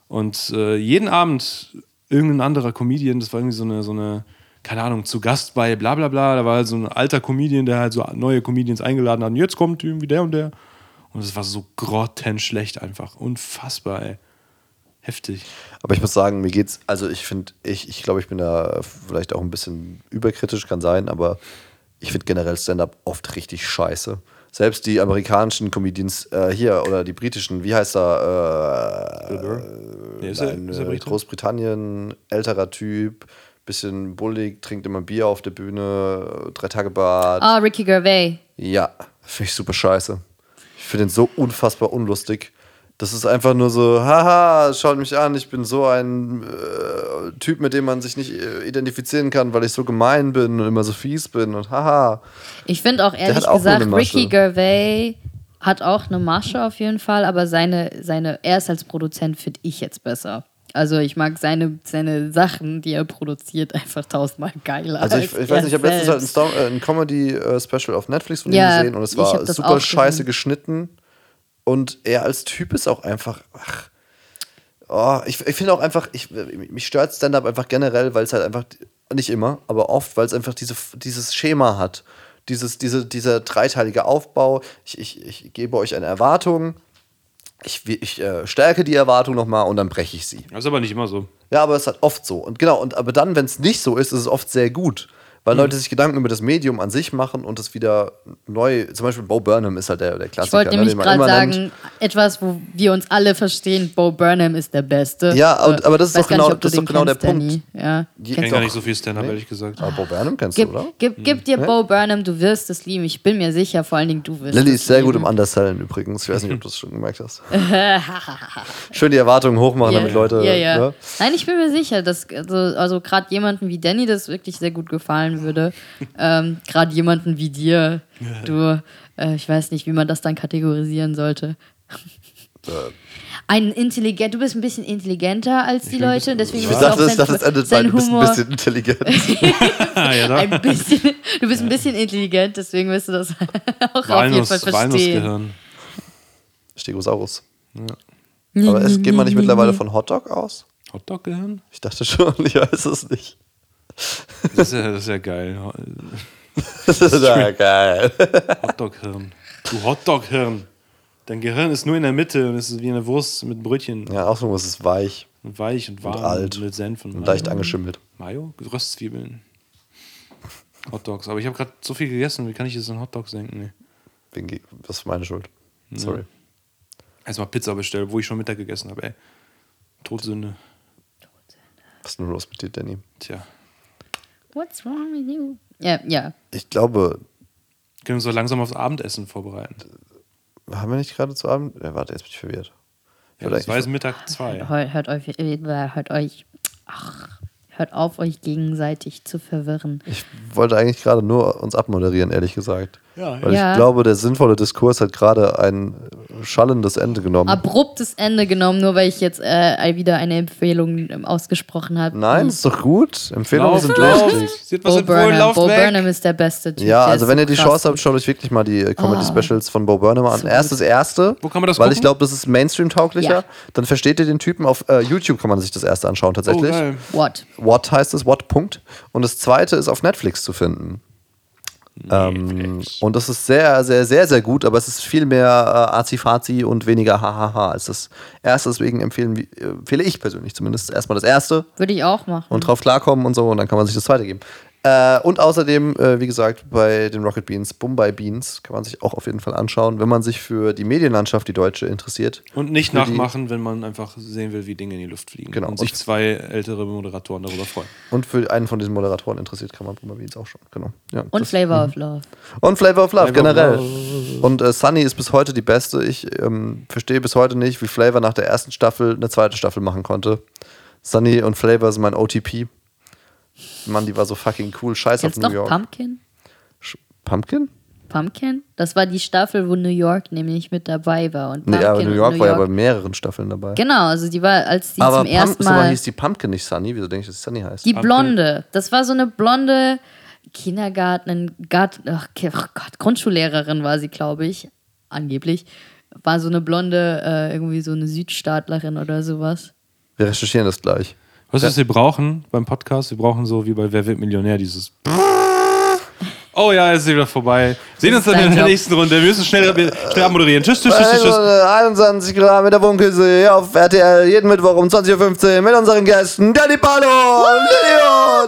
Und äh, jeden Abend irgendein anderer Comedian, das war irgendwie so eine, so eine, keine Ahnung, zu Gast bei bla bla bla, da war halt so ein alter Comedian, der halt so neue Comedians eingeladen hat und jetzt kommt irgendwie der und der. Und es war so grottenschlecht einfach. Unfassbar, ey. Heftig. Aber ich muss sagen, mir geht's, also ich finde, ich, ich glaube, ich bin da vielleicht auch ein bisschen überkritisch, kann sein, aber ich finde generell Stand-up oft richtig scheiße. Selbst die amerikanischen Comedians äh, hier oder die britischen, wie heißt er? Äh, Nee, ist er- Nein, ist er äh, Richter? Großbritannien, älterer Typ, bisschen bullig, trinkt immer Bier auf der Bühne, drei Tage Bart. Ah, Ricky Gervais. Ja, finde ich super scheiße. Ich finde den so unfassbar unlustig. Das ist einfach nur so, haha, schaut mich an, ich bin so ein äh, Typ, mit dem man sich nicht äh, identifizieren kann, weil ich so gemein bin und immer so fies bin und haha. Ich finde auch ehrlich hat auch nur gesagt, eine Masche. Ricky Gervais hat auch eine Masche auf jeden Fall, aber seine, seine, er ist als Produzent finde ich jetzt besser. Also ich mag seine, seine Sachen, die er produziert, [laughs] einfach tausendmal geiler. Also ich, als ich weiß nicht, ich habe er letztens halt ein, selbst. Sto- äh, ein Comedy-Special auf Netflix von Ja, ihm gesehen und es ich war hab das super auch scheiße gesehen. geschnitten. Und er als Typ ist auch einfach, ach, Oh, ich, ich finde auch einfach, ich, mich stört Stand-up einfach generell, weil es halt einfach, nicht immer, aber oft, weil es einfach diese, dieses Schema hat. Dieses, diese, dieser dreiteilige Aufbau. Ich, ich, ich gebe euch eine Erwartung, ich, ich äh, stärke die Erwartung nochmal und dann breche ich sie. Das ist aber nicht immer so. Ja, aber es ist halt oft so. Und genau, und aber dann, wenn es nicht so ist, ist es oft sehr gut. weil Mhm. Leute sich Gedanken über das Medium an sich machen und es wieder neu. Zum Beispiel Bo Burnham ist halt der, der Ich Klassiker, wollte nämlich den man gerade immer sagen, nennt. etwas, wo wir uns alle verstehen, Bo Burnham ist der Beste. Ja, und- Äh, aber das ist weiß doch gar genau- nicht, ob du das ist den doch genau der kennst, Danny. Ja. Die- Ich kenne gar nicht doch- so viel Stand-up, Nee. ehrlich gesagt. Aber Ah, Bo Burnham kennst du, oder? Gib, gib, gib dir Ne? Bo Burnham, du wirst es lieben. Ich bin mir sicher, vor allen Dingen du wirst Lilly es ist sehr lieben. gut im Undersellen übrigens. Ich weiß nicht, ob du es schon gemerkt [laughs] hast. Schön die Erwartungen hochmachen, Ja, damit Leute. ja, ja. Ne? Nein, ich bin mir sicher, dass also, also gerade jemanden wie Danny das wirklich sehr gut gefallen [laughs] würde. ähm, gerade jemanden wie dir, du, äh, ich weiß nicht, wie man das dann kategorisieren sollte. Äh. Ein intelligent, du bist ein bisschen intelligenter als die bin ein Leute, bisschen- deswegen Ich ist dachte, auch das, das endet bei sein ein bisschen, Humor bisschen [laughs] ne? intelligent. Ah, ja, da. ein bisschen. [laughs] Du bist ein bisschen intelligent, deswegen wirst du das [laughs] auch auf jeden Walnuss, Fall verstehen. Walnussgehirn. Stegosaurus. Aber es geht man nicht mittlerweile von Hotdog aus? Hotdog-Gehirn? Ich dachte schon, [laughs] ich weiß es nicht. [laughs] Das ist ja, das ist ja geil. Das ist ja geil. Hotdog-Hirn. Du Hotdog-Hirn. Dein Gehirn ist nur in der Mitte und es ist wie eine Wurst mit Brötchen. Ja, außerdem ist es weich Und weich und warm. und alt mit Senf und, und leicht Mayo. angeschimmelt. Mayo? Röstzwiebeln. Hotdogs. Aber ich habe gerade so viel gegessen, wie kann ich jetzt an Hotdogs denken? Nee. Bin ge- Das ist meine Schuld. Mhm. Sorry. Erstmal Pizza bestellt, wo ich schon Mittag gegessen habe, ey. Todsünde. Was ist denn los mit dir, Danny? Tja. What's wrong with you? Ja, ja. Ich glaube, Wir Können uns doch langsam aufs Abendessen vorbereiten. haben wir nicht gerade zu Abend? Ja, warte, jetzt bin ich verwirrt. Ja, Oder das ich- war jetzt Mittag 2. Hört, hört euch, äh, hört euch, ach, hört auf, euch gegenseitig zu verwirren. Ich wollte eigentlich gerade nur uns abmoderieren, ehrlich gesagt. Ja, Weil Ja. ich glaube, der sinnvolle Diskurs hat gerade ein schallendes Ende genommen. Abruptes Ende genommen, nur weil ich jetzt äh, wieder eine Empfehlung ähm, ausgesprochen habe. Nein, ist doch gut. Empfehlungen sind lauf. wichtig. Sieht was Bo empfohlen, Burnham, lauft Bo weg. Burnham ist der beste Typ. Ja, der also ist wenn so ihr die krass Chance gut. habt, schaut euch wirklich mal die äh, Comedy-Specials von Bo Burnham an. Erst das erste, Ah. Wo kann man das weil gucken? ich glaube, das ist Mainstream-tauglicher. Ja. Dann versteht ihr den Typen. Auf äh, YouTube kann man sich das erste anschauen Oh, tatsächlich. geil. What? What heißt es, What Punkt. Und das zweite ist auf Netflix zu finden. Ähm, und das ist sehr, sehr, sehr, sehr gut, aber es ist viel mehr äh, Azi-Fazi und weniger Hahaha als das erste. Deswegen empfehlen, wir- äh, empfehle ich persönlich zumindest erstmal das erste Würde ich auch machen. und drauf klarkommen und so und dann kann man sich das weitergeben. Äh, und außerdem, äh, wie gesagt, bei den Rocket Beans, Bombay Beans, kann man sich auch auf jeden Fall anschauen, wenn man sich für die Medienlandschaft, die deutsche, interessiert. Und nicht Für die- nachmachen, wenn man einfach sehen will, wie Dinge in die Luft fliegen. Genau. Und sich zwei ältere Moderatoren darüber freuen. Und für einen von diesen Moderatoren interessiert, kann man Bombay Beans auch schon. Genau. Ja, Und das- Flavor of Love. Und Flavor of Love, Flavor of generell. Und äh, Sunny ist bis heute die beste. Ich ähm, verstehe bis heute nicht, wie Flavor nach der ersten Staffel eine zweite Staffel machen konnte. Sunny und Flavor sind mein OTP. Mann, die war so fucking cool. Scheiß auf Kennst New du York. noch Pumpkin? Sch- Pumpkin? Pumpkin? Das war die Staffel, wo New York nämlich mit dabei war. Und Nee, Pumpkin aber New und York war ja bei mehreren Staffeln dabei. Genau, also die war, als die aber zum ersten sag Mal. hieß die Pumpkin nicht Sunny. Wieso denke ich, dass sie Sunny heißt? Die Blonde. Das war so eine blonde Kindergarten, Gart, ach, Ki- ach Gott, Grundschullehrerin war sie, glaube ich. Angeblich. War so eine blonde, äh, irgendwie so eine Südstaatlerin oder sowas. Wir recherchieren das gleich. Weißt du, was wir brauchen beim Podcast? Wir brauchen so wie bei Wer wird Millionär dieses. Oh ja, jetzt ist wieder vorbei. Sehen uns dann dein in der Job. nächsten Runde. Wir müssen schnell, schnell abmoderieren. Tschüss, tschüss, tschüss, tschüss, tschüss. 21 Grad mit der Wohnküsse hier auf RTL jeden Mittwoch um 20.15 Uhr mit unseren Gästen Danny Palo und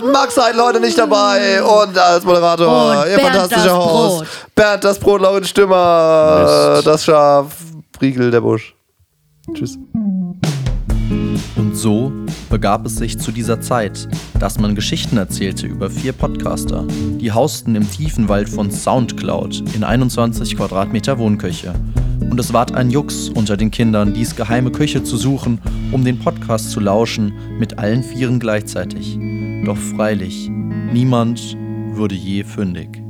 Lilly und Max Heidel heute nicht dabei und als Moderator Und ihr Bernd fantastischer das Host Brot. Bernd das Brot, Laurin Stümmer, Mist. das Schaf, Briegel der Busch. Tschüss. Und so begab es sich zu dieser Zeit, dass man Geschichten erzählte über vier Podcaster, die hausten im tiefen Wald von Soundcloud in 21 Quadratmeter Wohnküche. Und es ward ein Jux unter den Kindern, dies geheime Küche zu suchen, um den Podcast zu lauschen, mit allen Vieren gleichzeitig. Doch freilich, niemand würde je fündig.